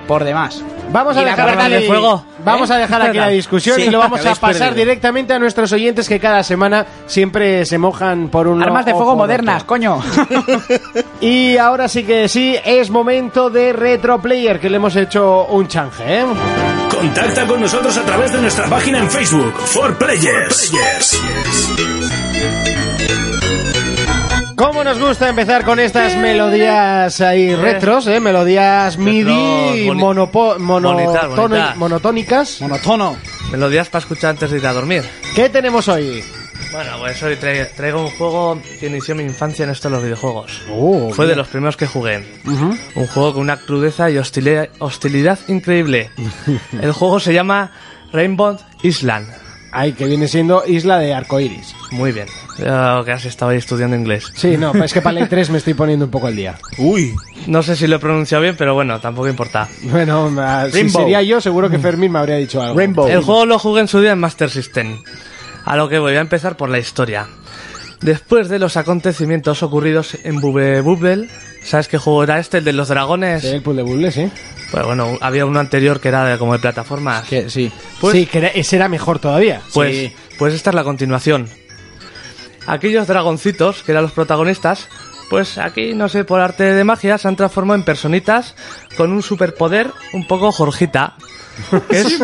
S5: Por demás.
S3: Vamos a
S5: Y la
S3: dejar
S5: arma
S3: aquí,
S6: de fuego.
S3: Vamos
S5: ¿Eh?
S3: a dejar aquí
S6: Espera.
S3: la discusión
S7: Sí,
S3: y lo vamos a
S7: habéis
S3: pasar
S7: perdido.
S3: directamente a nuestros oyentes que cada semana siempre se mojan por un
S5: Armas de
S3: o
S5: fuego
S3: por
S5: modernas,
S3: otro.
S5: coño.
S3: Y ahora sí que sí es momento de Retro Player que le hemos hecho un change, ¿eh?
S2: Contacta con nosotros a través de nuestra página en Facebook, For Players.
S3: Cómo nos gusta empezar con estas melodías ahí retros, ¿eh? Melodías MIDI
S6: Retros, boni-
S3: monopo- mono-
S6: bonitas,
S3: tono-
S6: bonitas.
S3: monotónicas.
S5: Monotono.
S6: Melodías para escuchar antes de ir a dormir.
S3: ¿Qué tenemos hoy?
S6: Bueno, pues hoy tra- traigo un juego que inició mi infancia en esto de los videojuegos.
S3: Oh,
S6: Fue de los primeros que jugué. Un juego con una crudeza y hostile- hostilidad increíble. el juego se llama Rainbow Island.
S3: Ay, que viene siendo Isla de Arcoiris.
S6: Muy bien. Yo que has estado ahí estudiando inglés.
S3: Sí, no, pues es que para el 3 me estoy poniendo un poco al día.
S6: No sé si lo he pronunciado bien, pero bueno, tampoco importa.
S3: Bueno, ah, si
S5: Rainbow.
S3: sería yo, seguro que Fermín me habría dicho algo.
S6: El juego lo jugué en su día en Master System. A lo que voy a empezar por la historia. Después de los acontecimientos ocurridos en Bubble Bubble, ¿sabes qué juego era este? El de los dragones.
S3: Sí, El pool de bubles, ¿eh?
S6: Pues bueno, había uno anterior que era de- como de plataformas.
S5: Que sí.
S6: Pues-
S3: sí, que era- ese era mejor todavía.
S6: Pues,
S5: Sí.
S6: pues esta es la continuación. Aquellos dragoncitos, que eran los protagonistas, pues aquí, no sé, por arte de magia, se han transformado en personitas con un superpoder un poco Jorgita. Que es,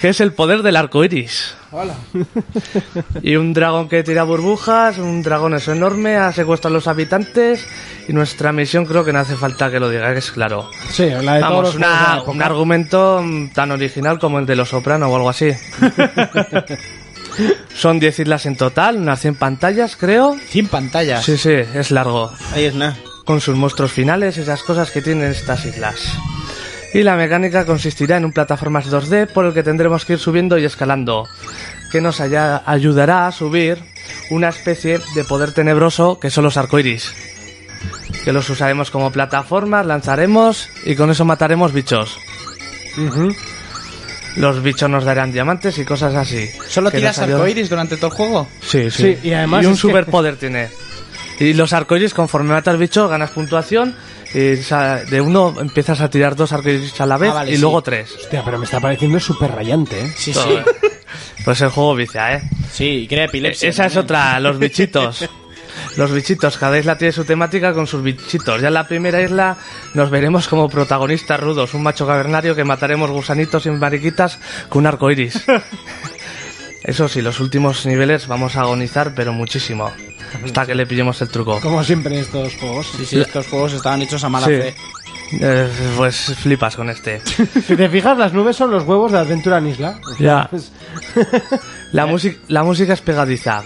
S6: que es el poder del arco iris. Y un dragón que tira burbujas, un dragón eso enorme, ha secuestrado a los habitantes. Y nuestra misión creo que no hace falta que lo diga, que es claro.
S3: Sí, la de todos
S6: Vamos,
S3: los juegos de la
S6: una-
S3: época.
S6: un argumento mm, tan original como el de Los Soprano o algo así. Son 10 islas en total, unas 100 pantallas, creo.
S5: 100 pantallas.
S6: Sí, sí, es largo.
S7: Ahí es nada.
S6: Con sus monstruos finales, esas cosas que tienen estas islas. Y la mecánica consistirá en un plataformas 2D por el que tendremos que ir subiendo y escalando, que nos haya- ayudará a subir una especie de poder tenebroso que son los arcoiris, que los usaremos como plataformas, lanzaremos y con eso mataremos bichos. Los bichos nos darán diamantes y cosas así.
S5: ¿Solo
S6: que
S5: tiras
S6: nos ayudan-
S5: arcoiris durante todo el juego?
S6: Sí,
S3: Sí,
S6: sí.
S3: y además
S6: un
S3: es que-
S6: superpoder tiene. Y los arcoiris, conforme matas bicho, ganas puntuación. Y sa- de uno empiezas a tirar dos arcoiris a la vez
S5: vale,
S6: y
S5: sí.
S6: luego tres.
S3: Hostia, pero me está pareciendo súper rayante, ¿eh?
S5: Sí,
S6: Todo, eh. Pues el juego vicia, ¿eh?
S5: Sí, crea epilepsia.
S6: Esa es otra, los bichitos. Los bichitos, cada isla tiene su temática con sus bichitos. Ya en la primera isla nos veremos como protagonistas rudos, un macho cavernario que mataremos gusanitos y mariquitas con un arco iris. Eso sí, los últimos niveles vamos a agonizar, pero muchísimo. hasta que le pillemos el truco.
S3: Como siempre en estos juegos.
S5: Sí, sí, estos juegos estaban hechos a mala
S6: Sí.
S5: fe.
S6: Eh, pues flipas con este.
S3: Si te fijas, las nubes son los huevos de Adventura en Isla.
S6: Ya. La, música la música es pegadiza,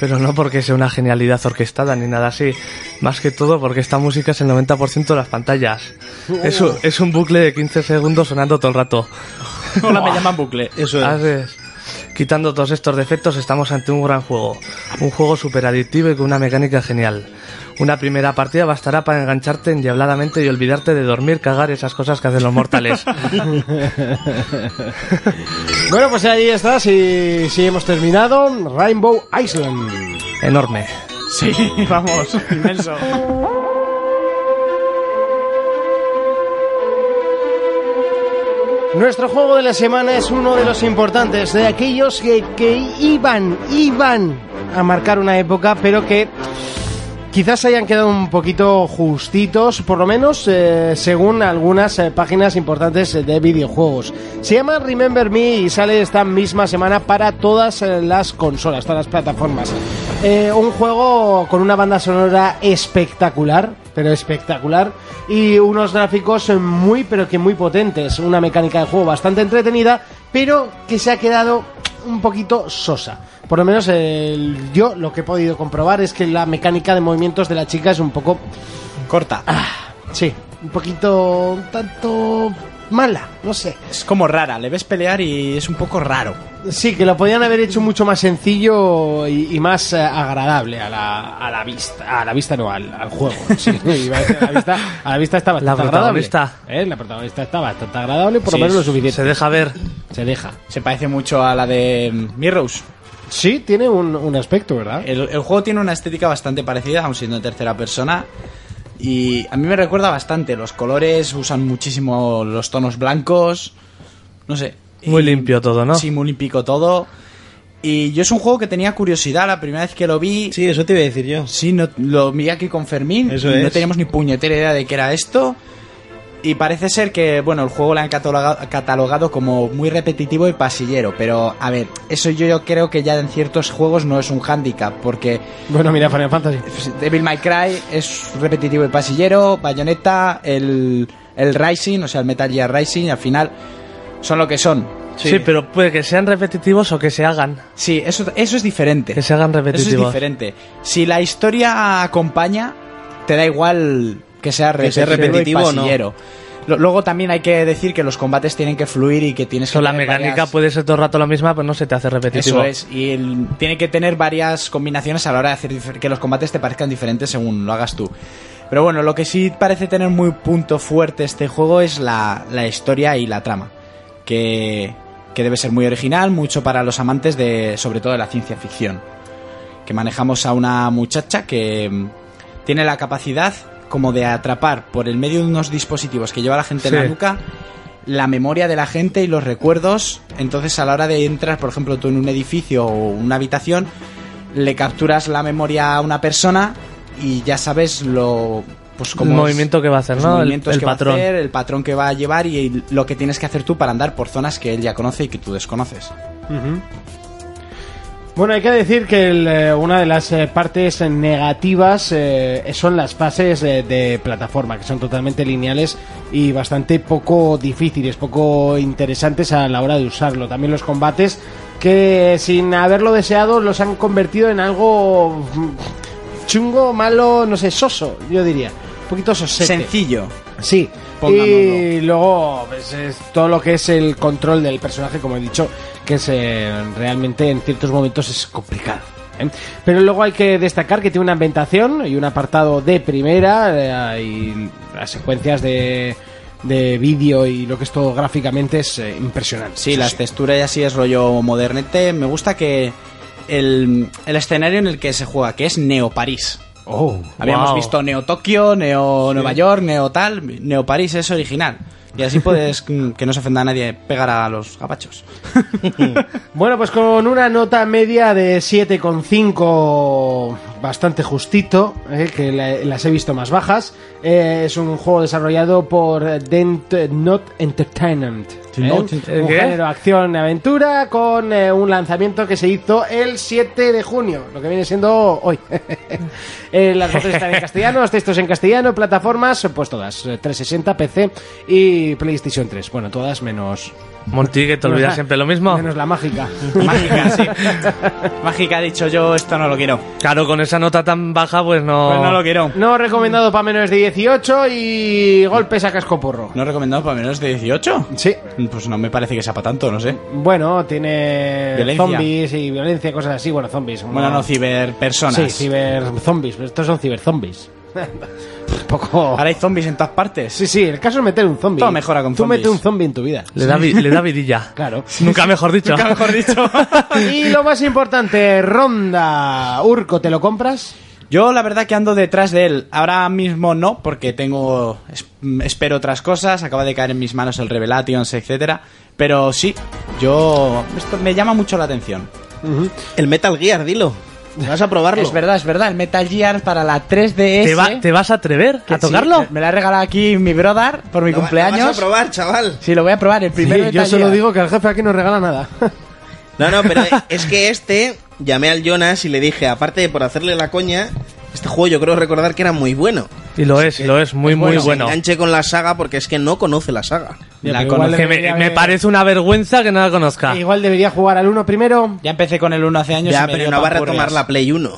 S6: pero no porque sea una genialidad orquestada ni nada así. Más que todo porque esta música es el 90% de las pantallas. Es, un, es un bucle de 15 segundos sonando todo el rato.
S5: Hola, me llaman bucle.
S7: Eso es.
S6: Así es. Quitando todos estos defectos, estamos ante un gran juego. Un juego súper adictivo y con una mecánica genial. Una primera partida bastará para engancharte endiabladamente y olvidarte de dormir, cagar y esas cosas que hacen los mortales.
S3: Bueno, pues ahí está. Si, si hemos terminado, Rainbow Island.
S6: Enorme.
S5: Sí, vamos, inmenso.
S3: Nuestro juego de la semana es uno de los importantes, de aquellos que, que iban, iban a marcar una época, pero que quizás hayan quedado un poquito justitos, por lo menos eh, según algunas eh, páginas importantes eh, de videojuegos. Se llama Remember Me y sale esta misma semana para todas eh, las consolas, todas las plataformas. Eh, un juego con una banda sonora espectacular, pero espectacular, y unos gráficos eh, muy, pero que muy potentes, una mecánica de juego bastante entretenida, pero que se ha quedado un poquito sosa. Por lo menos el- yo lo que he podido comprobar es que la mecánica de movimientos de la chica es un poco,
S5: Corta.
S3: sí, un poquito, un tanto mala, no sé.
S5: Es como rara, le ves pelear y es un poco raro.
S3: Sí, que lo podían haber hecho mucho más sencillo y, y más eh, agradable a la, a la vista. A la vista no, al, al juego. Sí, iba a decir a la vista, a la vista está
S6: La
S3: bastante
S6: protagonista.
S3: agradable. ¿eh? La protagonista está bastante agradable, por
S5: Sí,
S3: lo menos lo
S6: Se
S3: suficiente.
S6: deja ver.
S3: Se deja.
S5: Se parece mucho a la de mm, Mirrors.
S3: Sí, tiene un, un aspecto, ¿verdad?
S5: El, el juego tiene una estética bastante parecida, aun siendo en tercera persona. Y a mí me recuerda bastante. Los colores usan muchísimo los tonos blancos. No sé.
S6: Muy
S5: Y-
S6: limpio todo,
S7: Oh.
S6: ¿no?
S5: Sí, muy limpio todo. Y yo es un juego que tenía curiosidad la primera vez que lo vi.
S7: Sí, eso te iba a decir yo.
S5: Sí, no, lo vi aquí con Fermín.
S7: Eso
S5: y No
S7: es.
S5: teníamos ni puñetera idea de qué era esto. Y parece ser que, bueno, el juego lo han cataloga- catalogado como muy repetitivo y pasillero. Pero, a ver, eso yo, yo creo que ya en ciertos juegos no es un hándicap. Porque
S3: Bueno, mira, Final Fantasy.
S5: pues, Devil May Cry es repetitivo y pasillero. Bayonetta, el, el Rising, o sea, el Metal Gear Rising, al final son lo que son.
S6: Sí. pero puede que sean repetitivos o que se hagan.
S5: Sí, eso, eso es diferente.
S6: Que se hagan
S5: Eso es
S6: repetitivos.
S5: diferente. Si la historia acompaña, te da igual que sea
S7: Que sea
S5: repetitivo,
S7: repetitivo
S5: y
S7: o no.
S5: pasillero. Lo- Luego también hay que decir que los combates tienen que fluir y que tienes que
S6: Eso, la
S5: tener
S6: mecánica
S5: eh, varias-
S6: puede ser todo el rato la misma, pero no se te hace repetitivo.
S5: Eso es, y el- tiene que tener varias combinaciones a la hora de hacer difer- que los combates te parezcan diferentes según lo hagas tú. Pero bueno, lo que sí parece tener muy punto fuerte este juego es la, la historia y la trama, que, que debe ser muy original, mucho para los amantes de, sobre todo de la ciencia ficción. Que manejamos a una muchacha que mm, tiene la capacidad como de atrapar por el medio de unos dispositivos que lleva la gente en la
S6: Sí.
S5: nuca la memoria de la gente y los recuerdos. Entonces, a la hora de entrar, por ejemplo, tú en un edificio o una habitación, le capturas la memoria a una persona y ya sabes lo. Pues como
S6: El movimiento que va a hacer, ¿no? El- el patrón.
S5: el patrón que va a llevar y lo que tienes que hacer tú para andar por zonas que él ya conoce y que tú desconoces.
S3: Bueno, hay que decir que el, eh, una de las eh, partes negativas eh, son las fases eh, de plataforma, que son totalmente lineales y bastante poco difíciles, poco interesantes a la hora de usarlo. También los combates que sin haberlo deseado los han convertido en algo mm, chungo, malo, no sé, soso, yo diría. Un poquito sosete.
S5: Sencillo.
S3: Sí,
S5: Pongámoslo.
S3: y luego pues, es todo lo que es el control del personaje, como he dicho, que es eh, realmente en ciertos momentos es complicado. ¿eh? Pero luego hay que destacar que tiene una ambientación y un apartado de primera eh, y las secuencias de, de vídeo y lo que es todo gráficamente es eh, impresionante.
S5: Sí,
S3: Eso
S5: las texturas y así es rollo modernete. Me gusta que el, el escenario en el que se juega, que es Neo París.
S3: Oh.
S5: Habíamos
S6: Wow.
S5: visto Neo Tokio, Neo Nueva York, Neo tal, Neo París es original. Y así puedes mm, que no se ofenda a nadie pegar a los gabachos.
S3: Bueno, pues con una nota media de 7,5 bastante justito, eh, que la- las he visto más bajas. Eh, es un juego desarrollado por Dent Not Entertainment.
S6: ¿El
S3: Un
S6: qué?
S3: género acción-aventura con eh, un lanzamiento que se hizo el 7 de junio, lo que viene siendo hoy. Eh, las voces están en castellano, los textos en castellano, plataformas, pues todas, eh, 360, PC y PlayStation 3. Bueno, todas menos...
S6: Monty, que te
S3: menos
S6: olvidas
S3: la-
S6: siempre lo mismo.
S3: Menos la mágica.
S5: Mágica, sí. Mágica ha dicho yo, esto no lo quiero.
S6: Claro, con esa nota tan baja, pues no.
S5: Pues no lo quiero.
S3: No recomendado para menores de 18 y golpes a casco porro.
S5: ¿No recomendado para menores de 18?
S3: Sí.
S5: Pues no me parece que sea para tanto, no sé.
S3: Bueno, tiene
S5: Violencia.
S3: zombies y violencia, cosas así. Bueno, zombies.
S5: Bueno, no, ciberpersonas.
S3: Sí, ciberzombies. Pero estos son ciberzombies. Un poco...
S5: Ahora hay zombies en todas partes.
S3: Sí, sí, el caso es meter un zombie.
S5: Todo mejora con
S3: Tú
S5: zombies.
S3: mete un zombie en tu vida.
S6: Le da, vi- le da vidilla.
S3: Claro.
S6: Nunca mejor dicho.
S5: Nunca mejor dicho.
S3: Y lo más importante, Ronda. Urco, ¿te lo compras?
S5: Yo la verdad que ando detrás de él. Ahora mismo no, porque tengo es- mm, espero otras cosas. Acaba de caer en mis manos el Revelations, etcétera. Pero sí, yo esto me llama mucho la atención.
S7: El Metal Gear, dilo. Vas a probarlo.
S5: Es verdad, es verdad. El Metal Gear para la 3DS.
S6: ¿Te, va- te vas a atrever
S5: que
S6: a
S5: sí,
S6: tocarlo?
S5: me la ha regalado aquí mi brother por mi
S7: Lo va-
S5: cumpleaños.
S7: Lo vas a probar, chaval.
S5: Sí, lo voy a probar. El primero.
S3: Sí,
S5: Metal
S3: yo solo
S5: Gear.
S3: digo que el jefe aquí no regala nada.
S7: No, no, pero es que este, llamé al Jonas y le dije, aparte de por hacerle la coña, este juego yo creo recordar que era muy bueno.
S6: Y lo es, lo es, muy, muy bueno.
S7: Se enganche con la saga porque es que no conoce la saga.
S5: La
S3: Ya, pero
S5: conozco.
S3: igual
S6: Que me,
S3: debería
S6: me
S3: haber-
S6: parece una vergüenza que no la conozca.
S5: Ah.
S3: Igual debería jugar al uno primero.
S5: Ya empecé con el 1 hace años.
S7: Ya,
S5: y me dio
S7: pero no va a
S5: pampurrias.
S7: retomar la Play 1.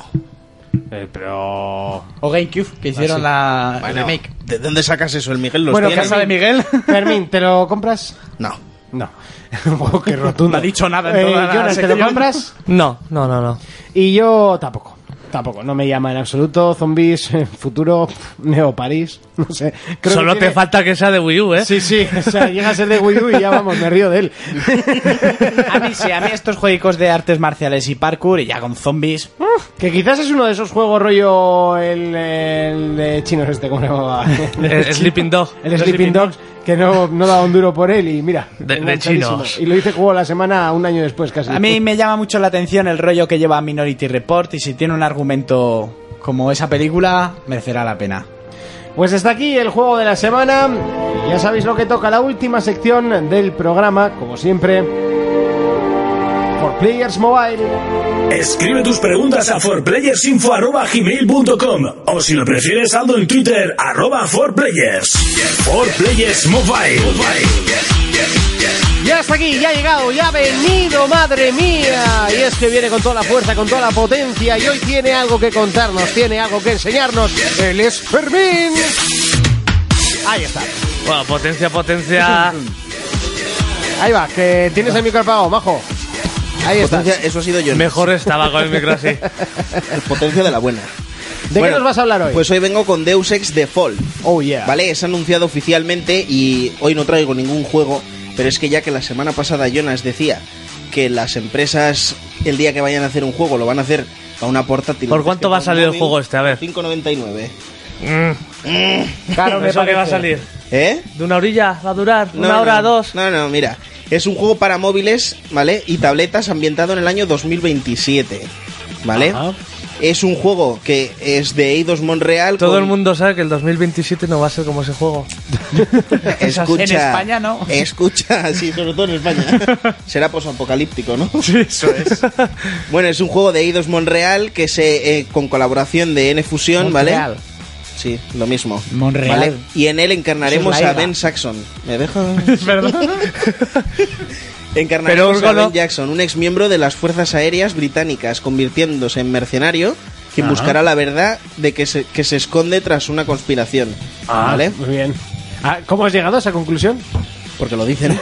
S5: Eh, O GameCube, que hicieron la el
S7: Ah, Bueno,
S5: remake.
S7: ¿De dónde sacas eso? ¿El Miguel los
S3: Bueno,
S7: tiene?
S5: ¿Casa de Miguel?
S3: Fermín, ¿te lo compras?
S7: No.
S3: No. Oh, qué rotundo.
S5: No ha dicho nada en
S3: Eh,
S5: toda la
S3: Jonas, ¿te lo
S5: sección.
S3: compras?
S6: No, no, no, no.
S3: Y yo tampoco. Tampoco, no me llama en absoluto. Zombies, eh, futuro, Neo París, no sé. Creo
S6: Solo
S3: que
S6: te
S3: tiene-
S6: falta que sea de Wii U, ¿eh?
S3: Sí, sí, o sea, llega a ser de Wii U y ya vamos, me río de él.
S5: A mí sí, a mí estos juegos de artes marciales y parkour y ya con zombies.
S3: Que quizás es uno de esos juegos rollo el, el de chinos este, ¿cómo se llamaba?
S6: Eh, Sleeping Dog.
S3: El Sleeping Dogs, que no, no daba un duro por él y mira.
S6: De- de
S3: enganchadísimo.
S6: chinos.
S3: Y lo hice juego la semana un año después casi.
S5: A mí me llama mucho la atención el rollo que lleva Minority Report y si tiene un argumento como esa película, merecerá la pena.
S3: Pues hasta aquí el juego de la semana. Ya sabéis lo que toca, la última sección del programa, como siempre. For Players Mobile.
S2: Escribe tus preguntas a forplayersinfo@gmail.com o si lo prefieres saldo en Twitter arroba forplayers. Forplayers Mobile.
S3: Ya está aquí, ya ha llegado, ya ha venido, madre mía. Y es que viene con toda la fuerza, con toda la potencia. Y hoy tiene algo que contarnos, tiene algo que enseñarnos. Él es Fermín. Ahí está.
S6: Bueno, potencia, potencia.
S3: Ahí va, que tienes el micro apagado, majo. Ahí está.
S7: Potencia- eso ha sido yo.
S6: Mejor estaba con el micro así.
S7: Potencia de la buena.
S3: ¿De qué nos vas a hablar hoy?
S7: Pues hoy vengo con Deus Ex Default.
S3: oh yeah.
S7: Vale, es anunciado oficialmente y hoy no traigo ningún juego, pero es que ya que la semana pasada Jonas decía que las empresas el día que vayan a hacer un juego lo van a hacer para una portátil.
S6: ¿Por
S7: antes
S6: cuánto
S7: que
S6: va a
S7: para un
S6: salir el
S7: móvil,
S6: juego este? A ver.
S7: 5.99.
S3: Claro, me
S6: ¿Eso que va a
S3: parece.
S6: salir?
S7: ¿Eh?
S6: ¿De una orilla? ¿Va a durar?
S7: No,
S6: ¿Una hora?
S7: no.
S6: ¿Dos?
S7: No, no, mira. Es un juego para móviles, ¿vale? Y tabletas ambientado en el año 2027. ¿Vale? Es un juego que es de Eidos Monreal.
S6: Todo
S7: con-
S6: el mundo sabe que el 2027 no va a ser como ese juego.
S7: Escucha,
S5: En España, ¿no?
S7: Escucha, sí, sobre todo en España. Será posapocalíptico, ¿no? eso es. bueno, es un juego de Eidos Monreal que se eh, con colaboración de N Fusion, ¿vale?
S5: Montreal.
S7: Sí, lo mismo.
S5: Monreal.
S7: ¿Vale? Y en él encarnaremos
S5: Eso es la
S7: a
S5: Ega.
S7: Ben Saxon. ¿Me deja?
S5: ¿Verdad?
S7: Encarnaremos
S6: Pero
S7: a
S6: Urgo
S7: Ben
S6: no.
S7: Jackson, un ex miembro de las fuerzas aéreas británicas, convirtiéndose en mercenario quien buscará la verdad de que se, que se esconde tras una conspiración.
S3: Ah,
S7: ¿Vale?
S3: Muy bien. Ah, ¿Cómo has llegado a esa conclusión?
S7: Porque lo dicen.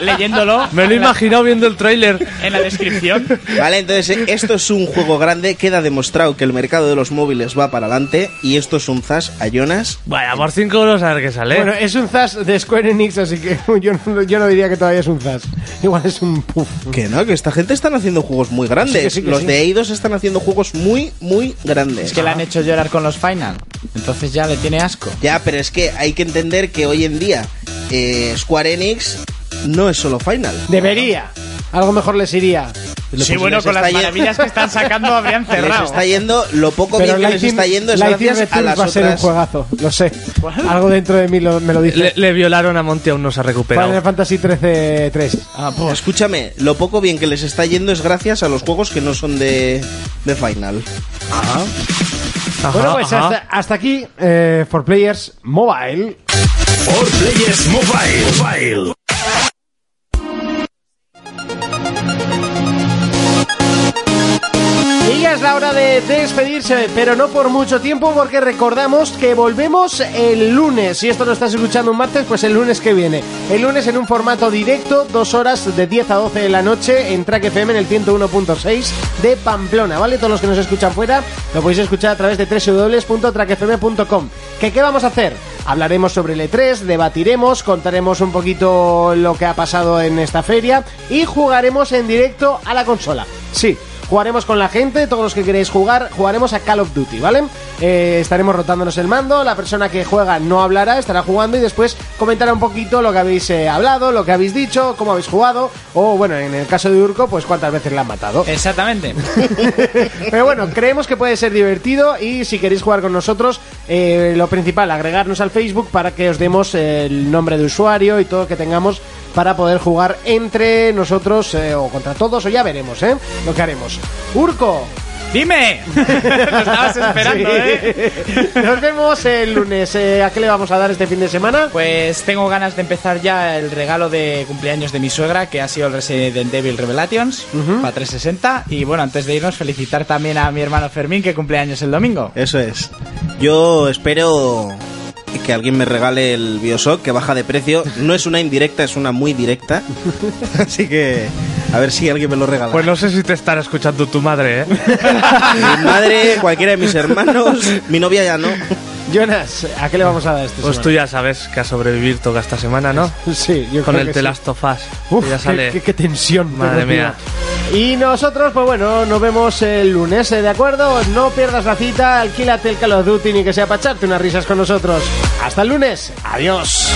S5: Leyéndolo
S6: Me lo he imaginado viendo el tráiler.
S5: en la descripción.
S7: Vale, entonces eh, esto es un juego grande, queda demostrado que el mercado de los móviles va para adelante y esto es un zas a Jonas.
S6: Vaya, por 5 euros a ver qué
S5: eh,
S6: sale.
S3: Bueno, es un Zas de Square Enix, así que yo no, yo no diría que todavía es un Zas. Igual es un puff.
S7: Que no, que esta gente están haciendo juegos muy grandes.
S3: Sí, que sí, que
S7: los
S3: sí.
S7: de Eidos están haciendo juegos muy, muy grandes.
S5: Es que le han hecho llorar con los Final. Entonces ya le tiene asco.
S7: Ya, pero es que hay que entender que hoy en día eh, Square Enix no es solo Final.
S3: Debería. Algo mejor les iría.
S7: Pues
S5: sí, bueno,
S7: les
S5: con
S7: está
S5: las
S7: ye-
S5: maravillas que están sacando habrían
S7: Les
S5: cerrado.
S7: está yendo, lo poco bien que les está yendo es gracias a las
S3: va a ser un
S7: otras.
S3: juegazo, lo sé. Algo dentro de mí lo- me lo dice.
S6: Le, le violaron a Monty, aún no se ha
S3: Final
S6: recuperado.
S3: Fantasy 13 3.
S7: Escúchame, lo poco bien que les está yendo es gracias a los juegos que no son de, de Final.
S6: Ajá,
S3: Bueno, pues
S6: ajá.
S3: hasta, hasta aquí eh, For Players Mobile.
S2: For Players Mobile. Mobile.
S3: Y ya es la hora de despedirse, pero no por mucho tiempo, porque recordamos que volvemos el lunes. Si esto lo estás escuchando un martes, pues el lunes que viene. El lunes en un formato directo, dos horas de 10 a 12 de la noche en Track FM en el 101.6 de Pamplona, ¿vale? Todos los que nos escuchan fuera lo podéis escuchar a través de www.trackfm.com. ¿Que ¿Qué vamos a hacer? Hablaremos sobre el E3, debatiremos, contaremos un poquito lo que ha pasado en esta feria y jugaremos en directo a la consola. Sí, Jugaremos con la gente, todos los que queréis jugar, jugaremos a Call of Duty, ¿vale? Eh, estaremos rotándonos el mando, la persona que juega no hablará, estará jugando y después comentará un poquito lo que habéis eh, hablado, lo que habéis dicho, cómo habéis jugado, o bueno, en el caso de Urco, pues cuántas veces la han matado.
S6: Eh,
S5: Exactamente.
S3: Pero bueno, creemos que puede ser divertido y si queréis jugar con nosotros, eh, lo principal, agregarnos al Facebook para que os demos eh, el nombre de usuario y todo lo que tengamos para poder jugar entre nosotros eh, o contra todos o ya veremos, ¿eh? Lo que haremos. Urco,
S5: ¡Dime! Lo estabas esperando,
S3: Sí.
S5: ¿eh?
S3: Nos vemos el lunes. Eh, ¿A qué le vamos a dar este fin de semana?
S5: Pues tengo ganas de empezar ya el regalo de cumpleaños de mi suegra, que ha sido el Resident Evil Revelations para 360. Y bueno, antes de irnos, felicitar también a mi hermano Fermín, que cumpleaños el domingo.
S7: Eso es. Yo espero que alguien me regale el Bioshock, que baja de precio. No es una indirecta, es una muy directa. Así que a ver si alguien me lo regala.
S6: Pues no sé si te estará escuchando tu madre, ¿eh?
S7: Mi madre, cualquiera de mis hermanos, mi novia ya no.
S3: Jonas, ¿a qué le vamos a dar este
S6: Pues tú ya sabes que ha sobrevivido toda esta semana, ¿no?
S3: Sí, yo
S6: Con
S3: creo
S6: el
S3: que
S6: The
S3: sí.
S6: Last of Us.
S3: Uf,
S6: que ya
S3: qué-
S6: sale.
S3: qué, qué tensión.
S6: Madre
S3: pero, tío.
S6: mía.
S3: Y nosotros, pues bueno, nos vemos el lunes, ¿eh? ¿de acuerdo? No pierdas la cita, alquílate el Call of Duty ni que sea para echarte unas risas con nosotros. Hasta el lunes. Adiós.